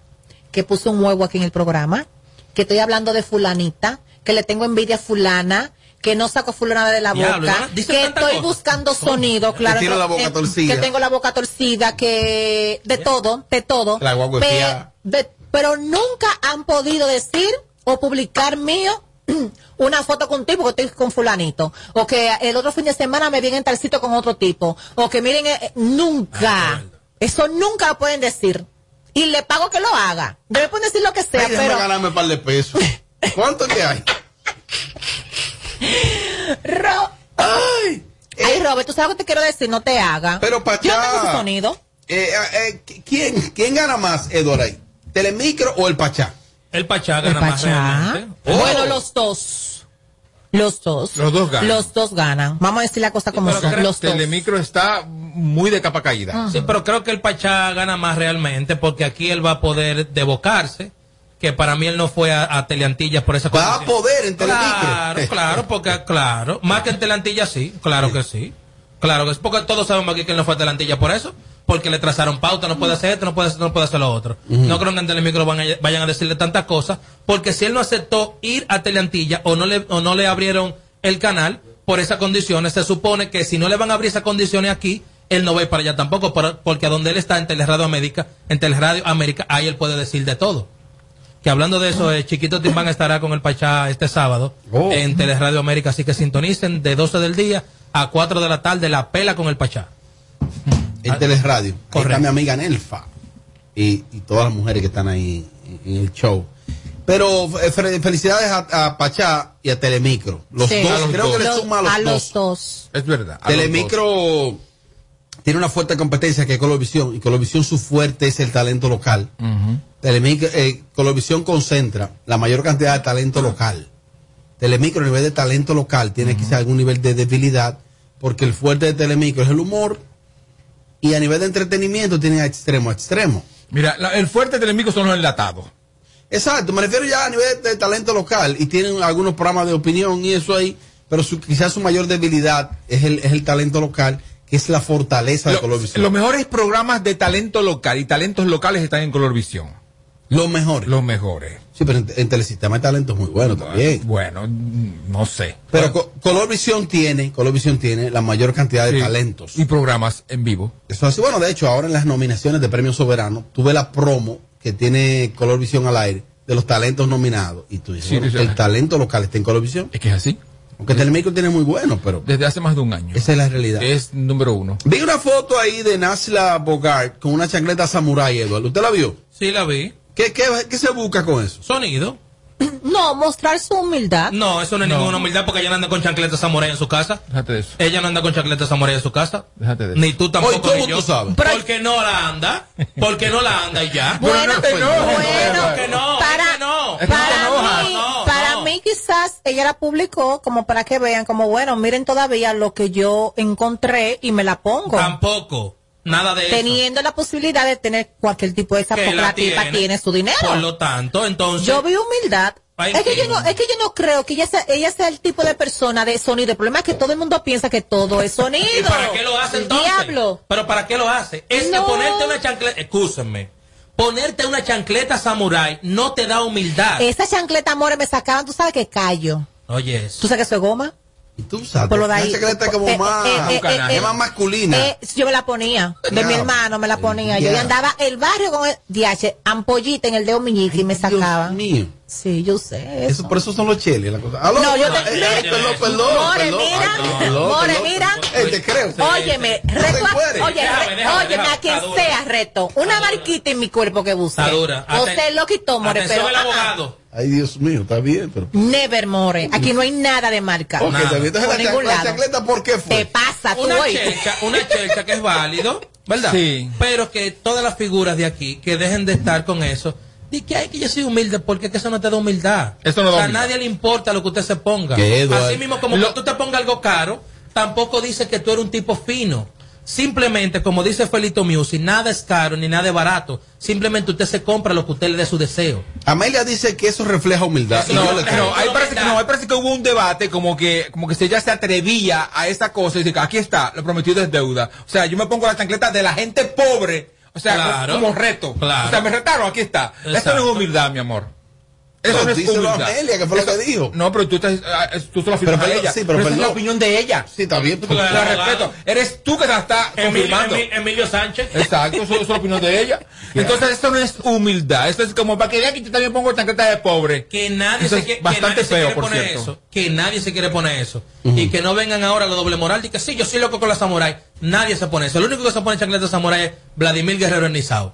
Speaker 9: que puse un huevo aquí en el programa, que estoy hablando de fulanita, que le tengo envidia a fulana, que no saco a fulana de la
Speaker 5: Diablo,
Speaker 9: boca,
Speaker 5: hermana,
Speaker 9: que
Speaker 5: dice
Speaker 9: estoy
Speaker 5: tantas cosas.
Speaker 9: buscando sonido,
Speaker 5: Que
Speaker 9: claro.
Speaker 5: tiene la
Speaker 9: no,
Speaker 5: boca
Speaker 9: eh,
Speaker 5: torcida.
Speaker 9: Que tengo la boca torcida, que de todo, de todo.
Speaker 5: La guagua
Speaker 9: Pe-
Speaker 5: fiada.
Speaker 9: de- pero nunca han podido decir o publicar mío (clears throat) una foto con un tipo que estoy con fulanito o que el otro fin de semana me vienen tal sitio con otro tipo o que miren eh, eh, nunca eso nunca lo pueden decir y le pago que lo haga debe pueden decir lo que sea
Speaker 5: Ay, déjame
Speaker 9: pero
Speaker 5: ganarme un par de
Speaker 9: (laughs)
Speaker 5: pesos. ¿Cuánto que hay?
Speaker 9: Ro- ay Robert tú sabes lo que te quiero decir no te haga
Speaker 5: eh. Pero para
Speaker 9: yo no tengo ese sonido
Speaker 5: Eh, eh, eh, ¿quién, ¿Quién gana más, Eduardo? ahí? ¿Telemicro o el Pachá?
Speaker 10: El Pachá gana más realmente.
Speaker 9: bueno los dos los dos
Speaker 11: Los dos ganan.
Speaker 9: los dos ganan vamos a decir la cosa como
Speaker 11: Pero
Speaker 9: son
Speaker 11: creo
Speaker 9: los
Speaker 11: que
Speaker 9: dos
Speaker 11: el micro está muy de capa caída.
Speaker 9: Ah.
Speaker 10: Sí, pero creo que el Pachá gana más realmente porque aquí él va a poder devocarse. Que para mí él no fue a, a Teleantillas por esa cosa. Va a
Speaker 5: poder en Telemicro.
Speaker 10: Claro, claro, porque, claro. Más que en Teleantillas sí, claro que sí. Claro que sí, porque todos sabemos aquí que él no fue a Teleantillas por eso. Porque le trazaron pauta, no puede hacer esto, no puede hacer, no puede hacer lo otro. No creo que en Telemicro van a- vayan a decirle tantas cosas. Porque si él no aceptó ir a Teleantilla o no le, o no le abrieron el canal por esas condiciones, se supone que si no le van a abrir esas condiciones aquí, él no va a ir para allá tampoco. por- porque a donde él está, en Teleradio América, en Teleradio América, ahí él puede decir de todo que hablando de eso, eh, Chiquito Timbán estará con el Pachá este sábado
Speaker 11: Oh.
Speaker 10: en Teleradio América, así que sintonicen de 12 del día a 4 de la tarde la pela con el Pachá.
Speaker 5: En Teleradio. Ahí Está mi amiga Nelfa. Y, y todas las mujeres que están ahí en- en el show. Pero eh, fe- felicidades a, a Pachá y a Telemicro. Los
Speaker 9: Sí.
Speaker 5: dos, creo que le suma a los,
Speaker 9: a
Speaker 5: dos.
Speaker 9: los dos
Speaker 11: Es verdad. a los
Speaker 5: Telemicro tiene una fuerte competencia que es Colovisión. Y Colovisión su fuerte es el talento local.
Speaker 11: dos. Ujú.
Speaker 5: Telemicro, eh, Colovisión concentra la mayor cantidad de talento local. Telemicro, a nivel de talento local, tiene quizá algún nivel de debilidad, porque el fuerte de Telemicro es el humor. Y a nivel de entretenimiento tienen a extremo a extremo.
Speaker 11: Mira, la- el fuerte de Telemicro son los enlatados.
Speaker 5: Exacto, me refiero ya a nivel de talento local. Y tienen algunos programas de opinión y eso ahí. Pero su- quizás su mayor debilidad es el, es el talento local, que es la fortaleza de Colovisión.
Speaker 11: Los mejores programas de talento local y talentos locales están en Colorvisión.
Speaker 5: Los mejores.
Speaker 11: Los mejores.
Speaker 5: Sí, pero en, en Telesistema hay talentos muy buenos también.
Speaker 11: Bueno, mm, no sé.
Speaker 5: Pero Co- Colorvisión tiene, Colorvisión tiene la mayor cantidad de
Speaker 11: Sí.
Speaker 5: talentos.
Speaker 11: Y programas en vivo.
Speaker 5: Eso es así. Bueno, de hecho, ahora en las nominaciones de Premio Soberano, tuve la promo que tiene Colorvisión al aire de los talentos nominados. Y tú dices,
Speaker 11: Sí,
Speaker 5: bueno,
Speaker 11: sí, sí.
Speaker 5: el talento local está en Colorvisión.
Speaker 11: Es que es así.
Speaker 5: Aunque Telemédico tiene muy bueno, pero
Speaker 11: Desde hace más de un año.
Speaker 5: esa es la realidad.
Speaker 11: Es número uno.
Speaker 5: Vi una foto ahí de Nasla Bogart con una chancleta samurai, Eduardo. ¿Usted la vio?
Speaker 10: Sí, la vi.
Speaker 5: ¿Qué, qué, qué se busca con eso?
Speaker 10: Sonido.
Speaker 9: No, mostrar su humildad.
Speaker 10: No, eso no es ninguna humildad porque ella no anda con chancleta samurai en su casa.
Speaker 11: Déjate de eso.
Speaker 10: Ella no anda con chancleta samurai en su casa.
Speaker 11: Déjate de eso.
Speaker 10: Ni tú tampoco.
Speaker 11: Oye, ¿cómo
Speaker 10: ni yo.
Speaker 11: tú sabes?
Speaker 10: Porque no la anda. Porque no la anda y
Speaker 11: (laughs)
Speaker 10: ya.
Speaker 9: Bueno,
Speaker 10: no, pues,
Speaker 9: bueno,
Speaker 10: no, que no,
Speaker 9: para-
Speaker 10: que no.
Speaker 9: Para
Speaker 10: No,
Speaker 9: mí,
Speaker 10: no,
Speaker 9: para
Speaker 10: no.
Speaker 9: mí quizás ella la publicó como para que vean, como bueno, miren todavía lo que yo encontré y me la pongo.
Speaker 10: Tampoco. Nada de eso.
Speaker 9: Teniendo la posibilidad de tener cualquier tipo de esa
Speaker 10: Que
Speaker 9: porque la tipa tiene su
Speaker 10: Por
Speaker 9: dinero.
Speaker 10: lo tanto, entonces.
Speaker 9: Yo vi humildad.
Speaker 10: Ay,
Speaker 9: Es que,
Speaker 10: sí.
Speaker 9: yo no, es que yo no creo que ella sea, ella sea el tipo de persona de sonido. El problema es que todo el mundo piensa que todo es sonido.
Speaker 10: (laughs) ¿Y para qué lo hace
Speaker 9: El
Speaker 10: entonces?
Speaker 9: Diablo.
Speaker 10: Pero ¿para qué lo hace? Es que
Speaker 9: No.
Speaker 10: ponerte una chancleta, escúsenme, ponerte una chancleta samurai no te da
Speaker 5: (laughs)
Speaker 10: humildad.
Speaker 9: Esa chancleta, amores, me sacaban, tú sabes que callo.
Speaker 10: Oye,
Speaker 9: ¿Tú sabes que soy goma?
Speaker 5: Tú sabes.
Speaker 9: Por lo de
Speaker 5: una
Speaker 9: ahí.
Speaker 5: chancleta como
Speaker 9: Eh,
Speaker 5: más,
Speaker 9: eh, eh, eh,
Speaker 5: es más
Speaker 9: eh,
Speaker 5: masculina.
Speaker 9: eh, yo me la ponía, de mi
Speaker 5: Ya.
Speaker 9: hermano me la ponía. Yo
Speaker 5: Ya.
Speaker 9: andaba el barrio con el DH, ampollita en el dedo meñique y me sacaba.
Speaker 5: Mío.
Speaker 9: Sí, yo sé.
Speaker 5: Eso, por eso son los cheles. La cosa. Aló,
Speaker 9: No, yo
Speaker 5: eh,
Speaker 9: te-
Speaker 5: eh, perdón, perdón,
Speaker 9: More,
Speaker 5: perdón. Ay,
Speaker 9: mira,
Speaker 5: perdón,
Speaker 9: More,
Speaker 5: perdón.
Speaker 9: mira,
Speaker 5: Este, creo.
Speaker 9: Óyeme, reto
Speaker 5: puedes.
Speaker 9: a, oye,
Speaker 5: Déjame,
Speaker 9: re-
Speaker 5: déjame,
Speaker 9: óyeme, a quien
Speaker 10: está dura.
Speaker 9: sea reto. Una barquita en mi cuerpo que busque.
Speaker 5: Está dura.
Speaker 9: José
Speaker 5: Aten-
Speaker 9: lo quitó, more,
Speaker 5: atención
Speaker 9: pero
Speaker 5: al
Speaker 9: ah,
Speaker 5: abogado. Ay, Dios mío, está bien, pero.
Speaker 9: never more. Aquí no hay nada de marca.
Speaker 5: Ok, está bien. Entonces,
Speaker 9: Por
Speaker 5: la
Speaker 9: ningún
Speaker 5: chac- la
Speaker 9: lado.
Speaker 5: chancleta, ¿por qué fue?
Speaker 9: Te pasa tú
Speaker 10: una
Speaker 9: hoy.
Speaker 10: chelcha, una chelcha que es válido, ¿verdad?
Speaker 11: Sí.
Speaker 10: Pero que todas las figuras de aquí que dejen de estar con eso. Di que ay, que yo soy humilde, porque es que eso no te da humildad.
Speaker 11: Eso no da
Speaker 10: O sea,
Speaker 11: humildad.
Speaker 10: A nadie le importa lo que usted se ponga.
Speaker 11: ¿Qué, Eduardo?
Speaker 10: Así mismo, como
Speaker 11: Lo-
Speaker 10: que tú te pongas algo caro, tampoco dice que tú eres un tipo fino. Simplemente, como dice Felito Music, nada es caro ni nada es barato. Simplemente usted se compra lo que usted le dé su deseo.
Speaker 5: Amelia dice que eso refleja humildad.
Speaker 11: No, no, ahí parece que no, ahí parece que hubo un debate como que, como que si ella se atrevía a esa cosa y dice, aquí está, lo prometido es deuda. O sea, yo me pongo la chancleta de la gente pobre, o sea,
Speaker 10: Claro.
Speaker 11: como reto.
Speaker 10: Claro.
Speaker 11: O sea, me retaron, aquí está. Eso no
Speaker 10: Exacto.
Speaker 11: es humildad, mi amor. Eso no,
Speaker 5: No,
Speaker 11: es
Speaker 5: díselo a
Speaker 11: humildad.
Speaker 5: Amelia, que fue lo
Speaker 11: Eso-
Speaker 5: que dijo.
Speaker 11: No, pero tú, estás, ah, es- tú se lo afirmas
Speaker 5: Pero,
Speaker 11: a
Speaker 5: pero-
Speaker 11: ella.
Speaker 5: sí, pero
Speaker 11: esa es la
Speaker 5: perdón.
Speaker 11: opinión de ella.
Speaker 5: Sí, está bien.
Speaker 11: La
Speaker 10: Claro,
Speaker 11: respeto. Eres tú que la está confirmando.
Speaker 10: Emilio Sánchez.
Speaker 11: Exacto, eso eso es la opinión de ella. Entonces, esto no es humildad. Esto es como para que vea que yo también pongo chancleta de pobre.
Speaker 10: que nadie
Speaker 11: Eso
Speaker 10: se
Speaker 11: es
Speaker 10: que- que
Speaker 11: bastante
Speaker 10: nadie se
Speaker 11: feo,
Speaker 10: quiere
Speaker 11: por
Speaker 10: poner
Speaker 11: cierto.
Speaker 10: eso, que nadie se quiere poner eso y que no vengan ahora los doble moral y que sí yo soy loco con la samurai nadie se pone eso el único que se pone chancleta samurai es Vladimir Guerrero en Nizao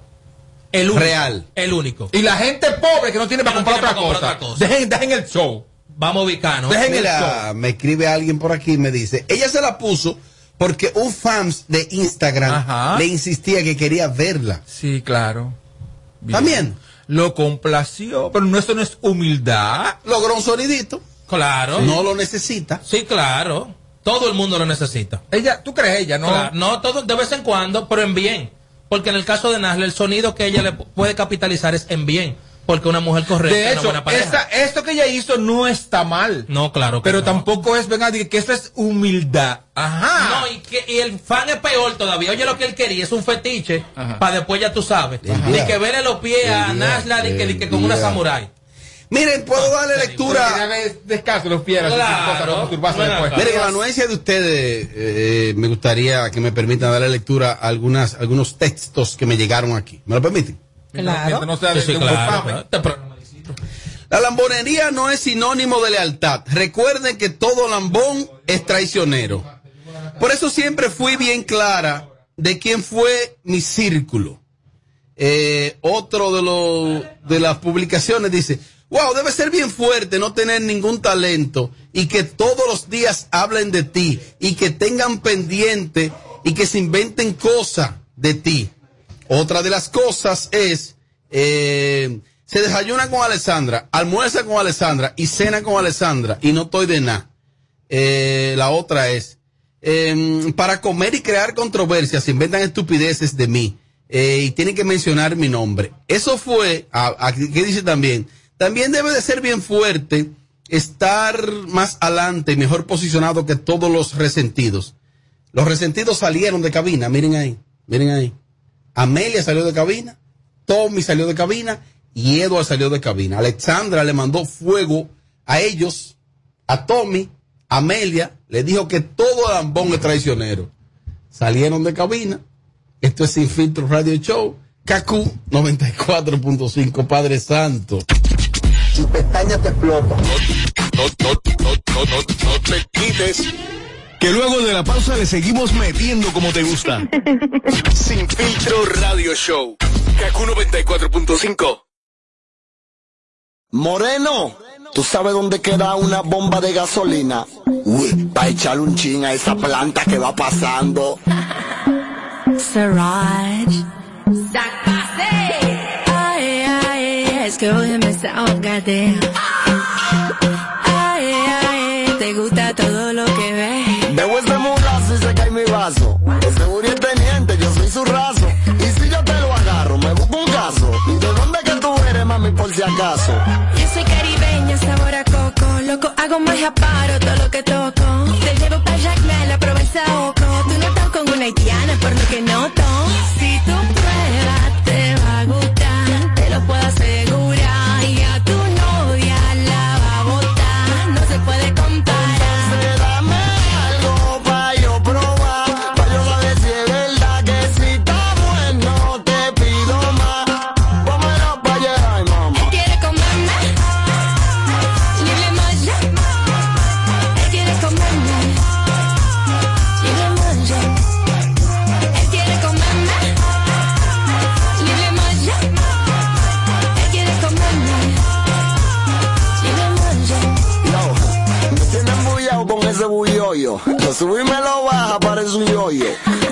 Speaker 10: el único,
Speaker 11: Real.
Speaker 10: el único
Speaker 11: Y la gente pobre que no tiene para comprar,
Speaker 10: tiene
Speaker 11: otra,
Speaker 10: para comprar otra
Speaker 11: cosa.
Speaker 10: cosa.
Speaker 11: Dejen, dejen el show.
Speaker 10: vamos a ubicarnos
Speaker 11: Dejen el
Speaker 5: Mira, me escribe alguien por aquí y me dice, ella se la puso porque un fans de Instagram
Speaker 11: Ajá.
Speaker 5: le insistía que quería verla.
Speaker 11: Sí, claro. Bien.
Speaker 5: También.
Speaker 11: Lo complació, pero no, eso no es humildad.
Speaker 5: Logró un sonidito.
Speaker 10: claro
Speaker 5: No lo necesita.
Speaker 10: sí claro todo el mundo lo necesita
Speaker 11: Ella, ¿tú crees ella? No.
Speaker 10: Claro, no todo de vez en cuando pero en bien porque en el caso de Nasle el sonido que ella le pu- puede capitalizar es en bien porque una mujer correcta
Speaker 11: De
Speaker 10: es una
Speaker 11: hecho,
Speaker 10: buena pareja Mm.
Speaker 11: esta- esto que ella hizo no está mal.
Speaker 10: no claro que
Speaker 11: Pero
Speaker 10: no.
Speaker 11: tampoco es, venga, di- que eso es humildad. Ajá.
Speaker 10: No, y, que, y el fan es peor todavía. Oye, lo que él quería es un fetiche para después ya tú sabes. Ni que verle los pies a Nasla ni que, ni que con una samurái.
Speaker 5: Miren, puedo darle
Speaker 11: Ah, Pero
Speaker 5: lectura.
Speaker 11: quería ver Descalzo los pies, así,
Speaker 10: Claro.
Speaker 11: sin cosa, para masturbarse
Speaker 10: Bueno,
Speaker 11: después.
Speaker 5: Miren, en la anuencia de ustedes, eh, me gustaría que me permitan darle lectura a algunas, algunos textos que me llegaron aquí. ¿Me lo permiten?
Speaker 11: Mientras no sea de-
Speaker 10: Sí, sí,
Speaker 11: de un
Speaker 10: claro,
Speaker 11: bofame.
Speaker 10: claro. Este pro-
Speaker 5: La lambonería no es sinónimo de lealtad. Recuerden que todo lambón es traicionero. Por eso siempre fui bien clara de quién fue mi círculo. Eh, otro de, los de las publicaciones dice, wow, debe ser bien fuerte no tener ningún talento y que todos los días hablen de ti y que tengan pendiente y que se inventen cosas de ti. Otra de las cosas es, eh, se desayuna con Alessandra, almuerza con Alessandra y cena con Alessandra y no estoy de nada. Eh, la otra es, em, para comer y crear controversias, se inventan estupideces de mí eh, y tienen que mencionar mi nombre. Eso fue, ah, ah, ¿qué dice también? También debe de ser bien fuerte estar más adelante, y mejor posicionado que todos los resentidos. Los resentidos salieron de cabina, miren ahí, miren ahí. Amelia salió de cabina, Tommy salió de cabina y Edward salió de cabina. Alexandra le mandó fuego a ellos, a Tommy, a Amelia, le dijo que todo Lambón es traicionero. Salieron de cabina. Esto es Sin Filtro Radio Show. KQ 94.5, Padre Santo.
Speaker 6: Si pestaña te explota.
Speaker 8: No, no, no, no, no, no te quites.
Speaker 2: Que luego de la pausa le seguimos metiendo como te gusta.
Speaker 8: Sin filtro radio show. Kaku 94.5.
Speaker 6: Moreno, ¿tú sabes dónde queda una bomba de gasolina? Uy, para echarle un chin a esa planta que va pasando.
Speaker 22: Siraj. Ay, ay, es que hoy me desahogadea. Ay, ay, te gusta todo lo que ves.
Speaker 6: Debo ese murazo y se cae mi vaso. De seguridad teniente, yo soy su raso. Y si yo te lo agarro, me busco un caso. ¿Y de dónde que tú eres, mami, por si acaso?
Speaker 22: Yo soy caribeña, sabor a coco. Loco, hago magia, paro todo lo que toco. Te llevo para Jacmel, la Provenza Oco. Tú no estás con una haitiana, por lo que noto. Si tú pruebas, te va a gustar. Te lo puedo asegurar. Y a tu novia la va a botar. No se puede comparar.
Speaker 6: Dame algo Oh, pa' yo probar, pa' yo saber si es verdad que si está bueno te pido más. Vámonos pa' allá, ay, mamá.
Speaker 22: Él quiere comerme. Libre molla. Él quiere comerme.
Speaker 6: Lo sube y me lo baja, parece un yoyo.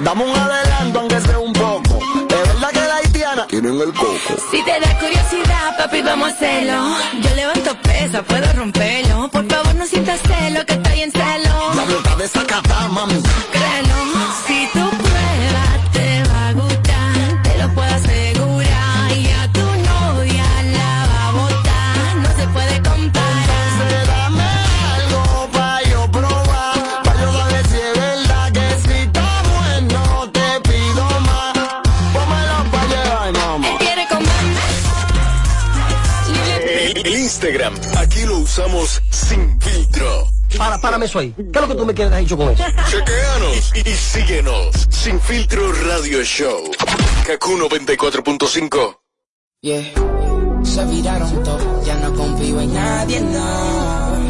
Speaker 6: Dame un adelanto, aunque sea un poco. Es verdad que la haitiana tiene en el coco.
Speaker 22: Si te da curiosidad, papi, vamos a hacerlo. Yo levanto pesa, puedo romperlo. Por favor, no sientas celo, que estoy en celo.
Speaker 6: La bruta de esa cata, mami.
Speaker 22: Créelo, si tú pruebas, te va a gustar. Te lo puedo asegurar. Y a tu novia la va a botar. No se puede comparar.
Speaker 6: Dame algo pa' yo probar, pa' yo saber si es verdad que si está bueno te pido más. Pómelo pa' llevar, mamá.
Speaker 22: Quiere comerme.
Speaker 8: El Instagram, aquí lo usamos sin filtro.
Speaker 7: Para, párame eso ahí. ¿Qué es lo que tú me quieres hecho con eso?
Speaker 8: Chequeanos y síguenos. Sin filtro radio show. Kaku 94.5.
Speaker 12: Yeah. Se viraron todo, ya no confío en nadie, no.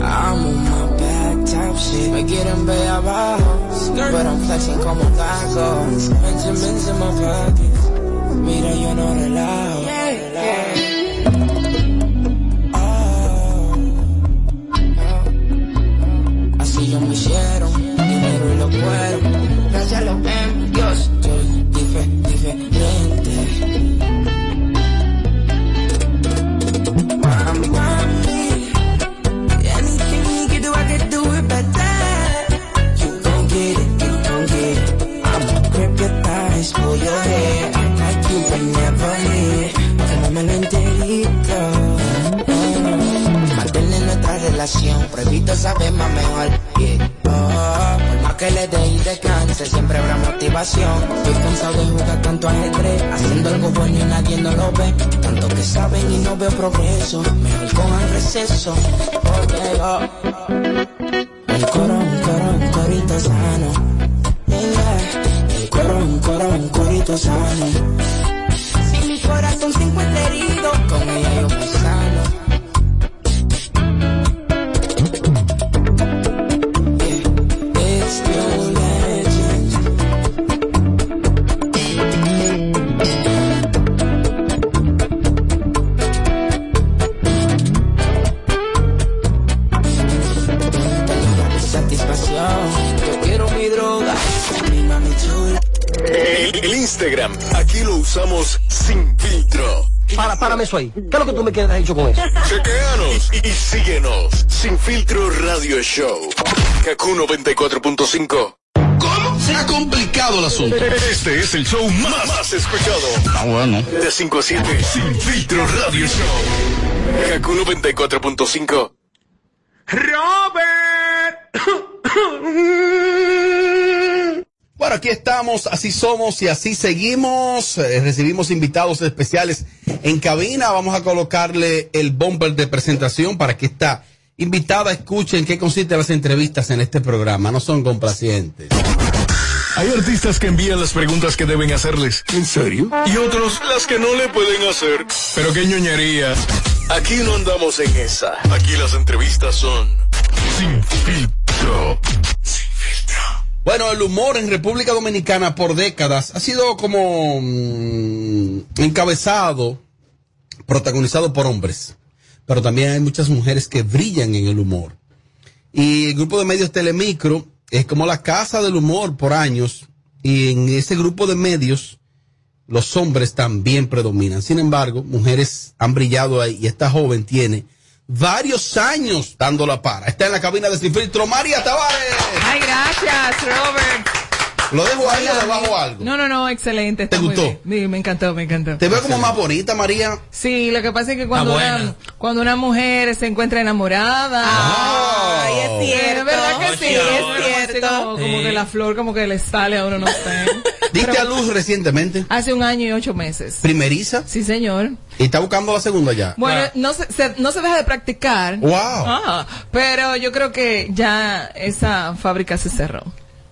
Speaker 12: I'm on my back type shit. Me quieren ver abajo, pero I'm flexing como un taco. Benjamins in my pockets. Mira, yo no relajo. relajo. Oh. Así yo me hicieron, dinero y lo cuero. Gracias a los M, Dios, soy dife- diferente. Mami, anything you can do, I can do it better. You gon' get it, you gon' get it. I'ma grip your thighs, pull your hair, act like you were never here. Cámbiamelo enterito. Mm. Mantener nuestra relación, prohibido saber más mejor. Yeah. Oh, por más que le dé y descanse, siempre habrá motivación. Estoy cansado de jugar tanto ajedrez, haciendo algo bueno y nadie no lo ve. Tanto que saben y no veo progreso, mejor cojan receso. Ok, oh. El coro, un coro, un corito sano. Yeah. El coro, un coro, un corito sano. Si mi corazón se encuentra herido, con ella yo me sano. It's your legend. Satisfacción, yo quiero mi droga, mi mami chula.
Speaker 8: El, el Instagram, aquí lo usamos sin filtro.
Speaker 7: Para, párame eso ahí. ¿Qué es lo que tú me quieres hecho con eso?
Speaker 8: Chequeanos y, y síguenos. Sin filtro radio show. Kaku 94.5.
Speaker 23: ¿Cómo? Se ha complicado el asunto.
Speaker 8: Este es el show más, más escuchado.
Speaker 23: Ah, bueno.
Speaker 8: De 5 a 7. Sin filtro radio show. Kaku 94.5.
Speaker 5: Robert. Bueno, aquí estamos, así somos y así seguimos. Eh, recibimos invitados especiales en cabina. Vamos a colocarle el bumper de presentación para que esta invitada escuche en qué consisten las entrevistas en este programa. No son complacientes.
Speaker 8: Hay artistas que envían las preguntas que deben hacerles. ¿En serio? Y otros las que no le pueden hacer. Pero qué ñoñería. Aquí no andamos en esa. Aquí las entrevistas son sin filtro.
Speaker 5: Bueno, el humor en República Dominicana por décadas ha sido como mm, encabezado, protagonizado por hombres, pero también hay muchas mujeres que brillan en el humor. Y el grupo de medios Telemicro es como la casa del humor por años, y en ese grupo de medios los hombres también predominan. Sin embargo, mujeres han brillado ahí y esta joven tiene varios años dando la para. Está en la cabina de Sin Filtro, María Tavares.
Speaker 24: Ay, gracias, Robert.
Speaker 5: Lo dejo ahí o
Speaker 24: Hola,
Speaker 5: debajo
Speaker 24: amigo.
Speaker 5: algo.
Speaker 24: No, no, no, excelente. está
Speaker 5: ¿Te
Speaker 24: muy
Speaker 5: gustó?
Speaker 24: bien. Sí, me encantó, me encantó.
Speaker 5: Te veo como más bonita, María.
Speaker 24: Sí, lo que pasa es que cuando,
Speaker 5: Está
Speaker 24: una, cuando una mujer se encuentra enamorada.
Speaker 5: Ah.
Speaker 24: Ay,
Speaker 9: es cierto.
Speaker 24: ¿Verdad que
Speaker 9: Ay,
Speaker 24: sí?
Speaker 9: ahora.
Speaker 24: Es cierto. Como, como
Speaker 5: Sí.
Speaker 24: que la flor como que le sale a uno,
Speaker 5: (laughs)
Speaker 24: no sé.
Speaker 5: Diste a luz recientemente.
Speaker 24: Hace un año y ocho meses.
Speaker 5: Primeriza.
Speaker 24: Sí, señor.
Speaker 5: Y está buscando la segunda ya.
Speaker 24: Bueno, no, se, se- no se deja de practicar.
Speaker 5: Wow.
Speaker 24: Ah, pero yo creo que ya esa fábrica se cerró.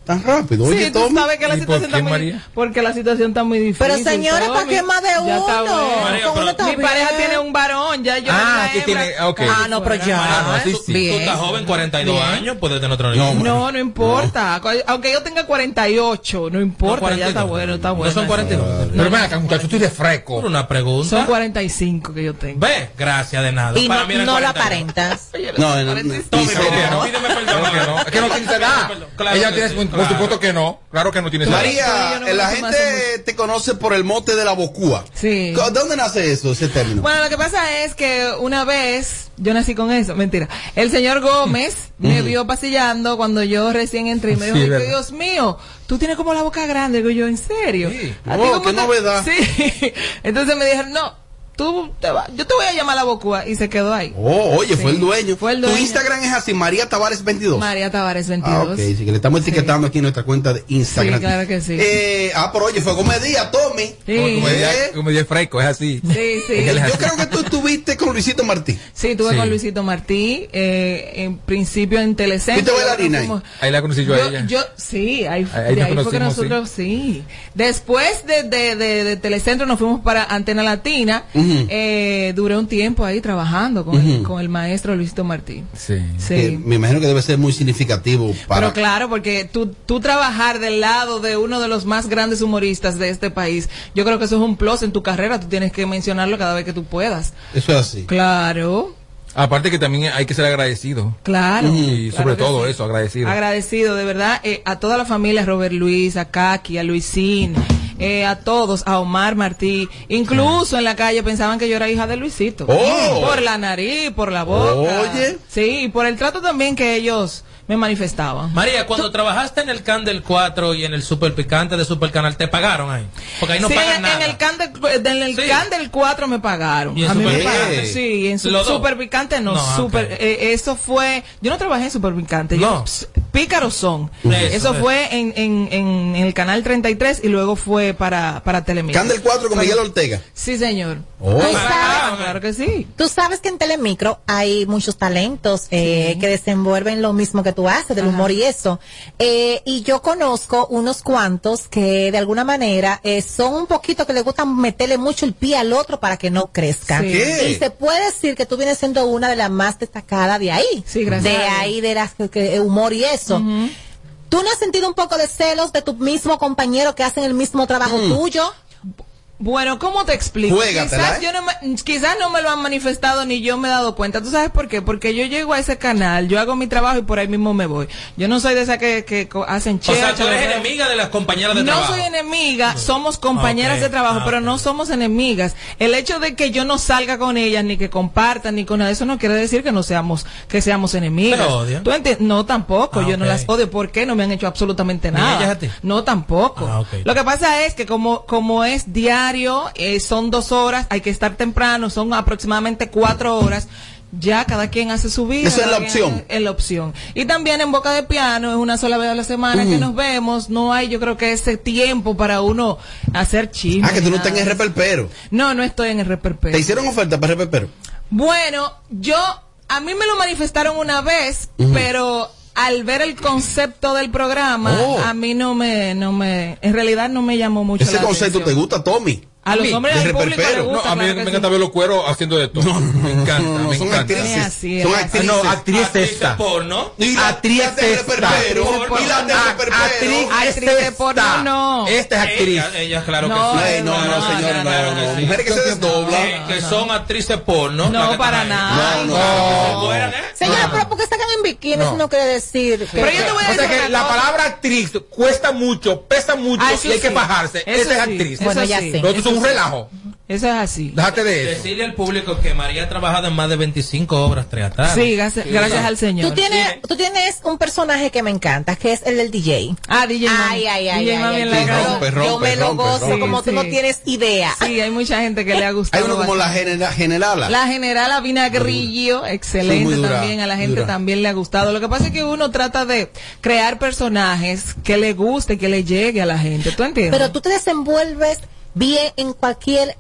Speaker 5: Tan rápido.
Speaker 24: Sí,
Speaker 5: Oye,
Speaker 24: tú
Speaker 5: Tommy.
Speaker 24: sabes que la situación está muy porque la situación está muy difícil.
Speaker 9: Pero, señora,
Speaker 24: Tommy.
Speaker 9: ¿para qué más de
Speaker 24: Ya está
Speaker 9: uno?
Speaker 24: bueno.
Speaker 9: María, ¿Cómo pero- no está
Speaker 24: Mi
Speaker 9: bien?
Speaker 24: pareja tiene un varón, ya yo
Speaker 11: Ah,
Speaker 24: soy
Speaker 11: que
Speaker 24: una
Speaker 11: tiene.
Speaker 24: hembra.
Speaker 11: ok.
Speaker 24: Ah, no, pero ya.
Speaker 11: Ah, no, sí, sí.
Speaker 24: Bien.
Speaker 10: Tú estás joven, 42
Speaker 24: Bien.
Speaker 10: años, puedes tener otra niña.
Speaker 24: No, no importa. Cu- Aunque yo tenga 48, no importa, ya está bueno, está bueno.
Speaker 10: No Pues son 42. Pero ven acá, muchachos, estoy de fresco. Por una pregunta.
Speaker 24: Son 45 que yo tengo.
Speaker 10: Ve, gracias de nada.
Speaker 24: Y no-
Speaker 10: eran
Speaker 24: no la
Speaker 10: 42.
Speaker 24: aparentas.
Speaker 5: No, no, no.
Speaker 11: Es que no tiene esa edad. Ella tiene, por supuesto que no. Claro que no tiene esa edad.
Speaker 5: María, eh, la gente te conoce por el mote de la bocúa.
Speaker 24: Sí.
Speaker 5: ¿De dónde nace eso, ese término?
Speaker 24: Bueno, lo que pasa es que una vez, yo nací con eso, mentira. El
Speaker 5: (laughs)
Speaker 24: señor Gómez me vio pasillando cuando yo recién entré y me dijo,
Speaker 5: Mm. Sí,
Speaker 24: "Ay, que
Speaker 5: verdad.
Speaker 24: Dios mío, tú tienes como la boca grande. Digo yo, ¿en serio? ¿A ti
Speaker 5: Wow,
Speaker 24: cómo
Speaker 5: qué
Speaker 24: te-"
Speaker 5: novedad.
Speaker 24: Sí. (laughs) Entonces me dijeron, no, tú te vas, yo te voy a llamar la bocúa y se quedó ahí.
Speaker 5: Oh, oye, fue el dueño.
Speaker 24: dueño.
Speaker 5: Tu Instagram es así, María Tavares 22.
Speaker 24: María Tavares 22.
Speaker 5: Ah, ok, sí, que le estamos etiquetando aquí en nuestra cuenta de
Speaker 24: Sí,
Speaker 5: Instagram.
Speaker 24: claro que sí.
Speaker 5: Eh, ah, pero oye, fue comedia, Tommy.
Speaker 24: Sí.
Speaker 5: Eh,
Speaker 11: Como yo es fresco, es así.
Speaker 24: Sí, sí.
Speaker 5: Yo creo que tú estuviste con Luisito Martí.
Speaker 24: Sí, estuve
Speaker 11: Sí.
Speaker 24: con Luisito Martí, eh, en principio en Telecentro.
Speaker 11: ¿Fuiste bailarina
Speaker 24: Nosotros
Speaker 11: ahí?
Speaker 24: fuimos-
Speaker 11: Ahí la conocí yo a ella.
Speaker 24: Yo, sí, ahí, fu-
Speaker 11: Ahí
Speaker 24: de
Speaker 11: nos
Speaker 24: ahí fue que
Speaker 11: conocimos,
Speaker 24: nosotros, sí. Después de, de, de, de Telecentro nos fuimos para Antena Latina.
Speaker 11: Ujú.
Speaker 24: Eh, duré un tiempo ahí trabajando con, el,
Speaker 5: Ujú.
Speaker 24: con el maestro Luisito Martí.
Speaker 11: Sí.
Speaker 24: Sí.
Speaker 5: me imagino que debe ser muy significativo para.
Speaker 24: Pero claro, porque tú, tú trabajar del lado de uno de los más grandes humoristas de este país, yo creo que eso es un plus en tu carrera. Tú tienes que mencionarlo cada vez que tú puedas.
Speaker 5: Eso es así.
Speaker 24: Claro,
Speaker 11: Aparte que también hay que ser agradecido.
Speaker 24: claro.
Speaker 11: Y
Speaker 24: claro
Speaker 11: sobre
Speaker 24: que
Speaker 11: todo
Speaker 24: sí.
Speaker 11: eso, agradecido.
Speaker 24: Agradecido, de verdad, eh, a toda la familia, Robert Luis, a Kaki, a Luisín, eh, a todos, a Omar Martí. Incluso en la calle pensaban que yo era hija de Luisito.
Speaker 5: Oh.
Speaker 24: Por la nariz, por la boca.
Speaker 10: Oye.
Speaker 24: Sí, y por el trato también que ellos me manifestaban.
Speaker 10: María, cuando trabajaste en el Can del 4 y en el Super Picante de Super Canal, ¿te pagaron ahí? Porque ahí no
Speaker 24: sí,
Speaker 10: pagan
Speaker 24: en,
Speaker 10: nada.
Speaker 24: en el can pues, del, en el can del 4 me pagaron.
Speaker 10: ¿Y en
Speaker 24: a mí me
Speaker 10: Super
Speaker 24: pagaron.
Speaker 10: Picante?
Speaker 24: Sí, en su-
Speaker 10: ¿Los dos?
Speaker 24: super picante no,
Speaker 10: No, ah,
Speaker 24: super eh, eso fue, yo no trabajé en super picante, yo ps- pícaros son. Eso,
Speaker 5: Eso,
Speaker 24: fue en, en, en, en el canal 33 y luego fue para para Telemicro.
Speaker 5: Candel 4 con
Speaker 24: Fue-
Speaker 5: Miguel Ortega.
Speaker 24: Sí, señor.
Speaker 5: Oh.
Speaker 24: Me pagaron, claro que sí.
Speaker 9: Tú sabes que en Telemicro hay muchos talentos eh, que desenvuelven lo mismo que tú haces, del humor y eso. Eh, y yo conozco unos cuantos que de alguna manera eh, son un poquito que le gustan meterle mucho el pie al otro para que no crezca.
Speaker 24: Sí. ¿Qué?
Speaker 9: Y se puede decir que tú vienes siendo una de las más destacadas de ahí.
Speaker 24: gracias
Speaker 9: De
Speaker 24: a Dios.
Speaker 9: ahí, de las que- que- humor y eso. ¿Tú no has sentido un poco de celos de tu mismo compañero que hacen el mismo trabajo
Speaker 24: Mm.
Speaker 9: tuyo?
Speaker 24: Bueno, ¿cómo te explico?
Speaker 9: Juégatela,
Speaker 24: quizás,
Speaker 9: ¿eh?
Speaker 24: yo no me, quizás no me lo han manifestado ni yo me he dado cuenta. ¿Tú sabes por qué? Porque yo llego a ese canal, yo hago mi trabajo y por ahí mismo me voy. Yo no soy de esas que, que co- hacen
Speaker 10: O
Speaker 24: chévere.
Speaker 10: sea, tú eres enemiga de las compañeras de
Speaker 24: no
Speaker 10: trabajo.
Speaker 24: soy enemiga, somos compañeras
Speaker 10: ok,
Speaker 24: de trabajo,
Speaker 10: ah,
Speaker 24: pero no somos enemigas. El hecho de que yo no salga con ellas, ni que compartan, ni con nada, eso no quiere decir que no seamos, que seamos enemigas.
Speaker 10: Pero odian.
Speaker 24: ¿Tú enti- no, tampoco,
Speaker 10: Ah,
Speaker 24: yo no
Speaker 10: ok.
Speaker 24: las odio. ¿Por qué? No me han hecho absolutamente
Speaker 10: Ni
Speaker 24: nada.
Speaker 10: ellas a ti.
Speaker 24: No, tampoco.
Speaker 10: Ah, ok.
Speaker 24: Lo que pasa es que como, como es diario, eh, son dos horas, hay que estar temprano, son aproximadamente cuatro horas. Ya cada quien hace su vida.
Speaker 5: Esa es la
Speaker 24: cada quien-
Speaker 5: opción.
Speaker 24: Es la opción. Y también en Boca de Piano es una sola vez a la semana que
Speaker 5: Ujú.
Speaker 24: nos vemos. No hay, yo creo que ese tiempo para uno hacer chismes.
Speaker 5: Ah, que tú no estás en el
Speaker 24: nada.
Speaker 5: reperpero.
Speaker 24: No, no estoy en el reperpero.
Speaker 5: ¿Te hicieron oferta para reperpero?
Speaker 24: Bueno, yo, a mí me lo manifestaron una vez,
Speaker 5: Ujú.
Speaker 24: pero al ver el concepto del programa,
Speaker 5: Oh.
Speaker 24: a mí no me, no me, en realidad no me llamó mucho
Speaker 5: Ese
Speaker 24: la
Speaker 5: concepto te
Speaker 24: atención.
Speaker 5: gusta, Tommy.
Speaker 24: A los
Speaker 5: mí,
Speaker 24: hombres
Speaker 5: de
Speaker 24: del público les
Speaker 5: reperpero.
Speaker 24: gusta,
Speaker 11: No, a mí
Speaker 24: claro
Speaker 11: me
Speaker 24: que
Speaker 11: encanta ver los cueros haciendo de todo. me encanta, me
Speaker 5: son
Speaker 11: encanta.
Speaker 5: actrices.
Speaker 24: Así es, Ah,
Speaker 11: Son
Speaker 24: así
Speaker 11: actrices.
Speaker 24: es.
Speaker 11: No, actriz
Speaker 10: Actrices
Speaker 11: esta.
Speaker 10: porno.
Speaker 11: Y la actriz
Speaker 10: Actrices
Speaker 11: esta.
Speaker 10: reperpero.
Speaker 11: Actriz
Speaker 10: Y la de
Speaker 11: esta.
Speaker 10: reperpero.
Speaker 5: este
Speaker 24: Actriz de porno, no.
Speaker 11: Esta es actriz.
Speaker 10: Ellas, ellas, claro
Speaker 24: No,
Speaker 10: que sí.
Speaker 24: Ey, no, no,
Speaker 10: Claro,
Speaker 24: señores,
Speaker 10: claro que sí.
Speaker 5: Mujeres que se desdoblan.
Speaker 10: Eh, que son actrices porno.
Speaker 24: No, para nada.
Speaker 10: No,
Speaker 9: Señora, pero porque sacan en bikini,
Speaker 11: Ah. No.
Speaker 9: eso no quiere decir. que-
Speaker 11: Pero yo te voy a decir o sea que la palabra actriz cuesta mucho, pesa mucho
Speaker 24: Ah,
Speaker 11: y hay
Speaker 24: eso
Speaker 11: que
Speaker 24: sí.
Speaker 11: bajarse.
Speaker 24: Eso
Speaker 11: Esa es
Speaker 24: sí,
Speaker 11: actriz.
Speaker 24: eso Bueno, ya sí. sé.
Speaker 11: Lo otro es
Speaker 24: Eso
Speaker 11: un
Speaker 24: sí.
Speaker 11: relajo.
Speaker 24: Eso es así.
Speaker 11: Déjate de eso.
Speaker 10: Decirle al público que María ha trabajado en más de 25 obras teatrales.
Speaker 24: Sí, gracias, gracias al Señor.
Speaker 9: Tú tienes, tú tienes un personaje que me encanta, que es el del DJ.
Speaker 24: Ah, DJ.
Speaker 9: Ay, ay, ay.
Speaker 24: DJ
Speaker 9: ay,
Speaker 24: Mami
Speaker 9: ay,
Speaker 24: en la
Speaker 9: yo
Speaker 24: casa.
Speaker 9: me lo- yo me lo gozo como tú no tienes idea.
Speaker 24: Sí, hay mucha gente que le ha gustado.
Speaker 5: Hay uno como la
Speaker 24: bastante.
Speaker 5: genera- generala.
Speaker 24: La general Abina Grillo,
Speaker 5: Sí,
Speaker 24: excelente
Speaker 5: muy dura,
Speaker 24: también, a la gente
Speaker 5: dura.
Speaker 24: también le ha gustado. Lo que pasa es que uno trata de crear personajes que le guste, que le llegue a la gente. ¿Tú entiendes?
Speaker 9: Pero tú te desenvuelves bien en cualquier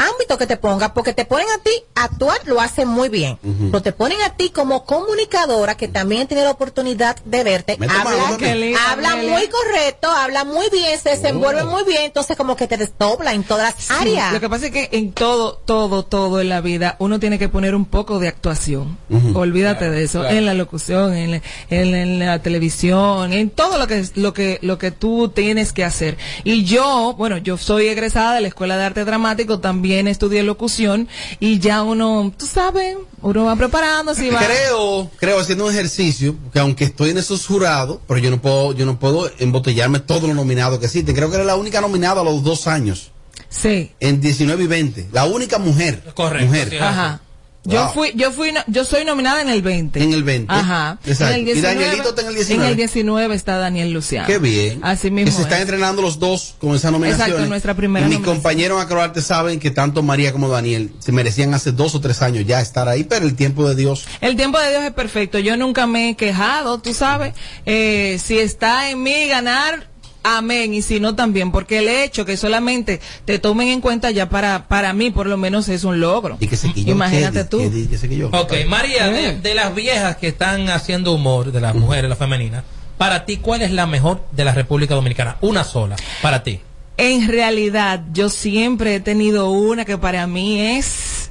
Speaker 9: ámbito que te pongas, porque te ponen a ti, actuar lo hacen muy bien,
Speaker 5: Ujú.
Speaker 9: pero te ponen a ti como comunicadora que también tiene la oportunidad de verte,
Speaker 5: Me toma
Speaker 9: habla,
Speaker 5: algo, Kelly,
Speaker 9: habla
Speaker 5: Amelia.
Speaker 9: muy correcto, habla muy bien, se
Speaker 5: Oh.
Speaker 9: desenvuelve muy bien, entonces como que te desdobla en todas las
Speaker 24: Sí,
Speaker 9: áreas.
Speaker 24: Lo que pasa es que en todo, todo, todo en la vida uno tiene que poner un poco de actuación. Olvídate de eso.
Speaker 13: claro.
Speaker 24: En la locución, en la, en la- en la televisión, en todo lo que, es- lo, que, lo que tú tienes que hacer. Y yo, bueno, yo soy egresada de la Escuela de Arte Dramático, también estudié locución y ya uno, tú sabes, uno va preparándose y va...
Speaker 5: creo, creo haciendo un ejercicio, que aunque estoy en esos jurados, pero yo no puedo, yo no puedo embotellarme todos los nominados que existen. Creo que era la única nominada a los dos años.
Speaker 24: Sí.
Speaker 5: En 19 y 20. La única mujer.
Speaker 24: Correcto,
Speaker 5: Mujer.
Speaker 24: Ajá. Yo
Speaker 5: Wow.
Speaker 24: fui, yo fui, no- yo soy nominada en el 20.
Speaker 5: En el 20.
Speaker 24: Ajá.
Speaker 5: Exacto.
Speaker 24: En el
Speaker 5: Y Danielito está en el 19.
Speaker 24: En el 19 está Daniel Luciano.
Speaker 5: Qué bien.
Speaker 24: Así
Speaker 5: Que
Speaker 24: mismo.
Speaker 5: se están
Speaker 24: es.
Speaker 5: entrenando los dos con esa nominación.
Speaker 24: Exacto, nuestra primera
Speaker 5: Mis
Speaker 24: nominación.
Speaker 5: compañeros acroarte saben que tanto María como Daniel se merecían hace dos o tres años ya estar ahí, pero el tiempo de Dios.
Speaker 24: El tiempo de Dios es perfecto. Yo nunca me he quejado, tú sabes. Eh, si está en mí ganar, amén. Y si no, también. Porque el hecho que solamente te tomen en cuenta ya para, para mí, por lo menos, es un logro.
Speaker 5: Y que se quilló,
Speaker 24: Imagínate Eh.
Speaker 5: que-
Speaker 24: tú.
Speaker 5: que- que se quilló.
Speaker 10: Ok, María, de, de las viejas que están haciendo humor, de las mujeres, las femeninas, para ti, ¿cuál es la mejor de la República Dominicana? Una sola, para ti.
Speaker 24: En realidad, yo siempre he tenido una que para mí es,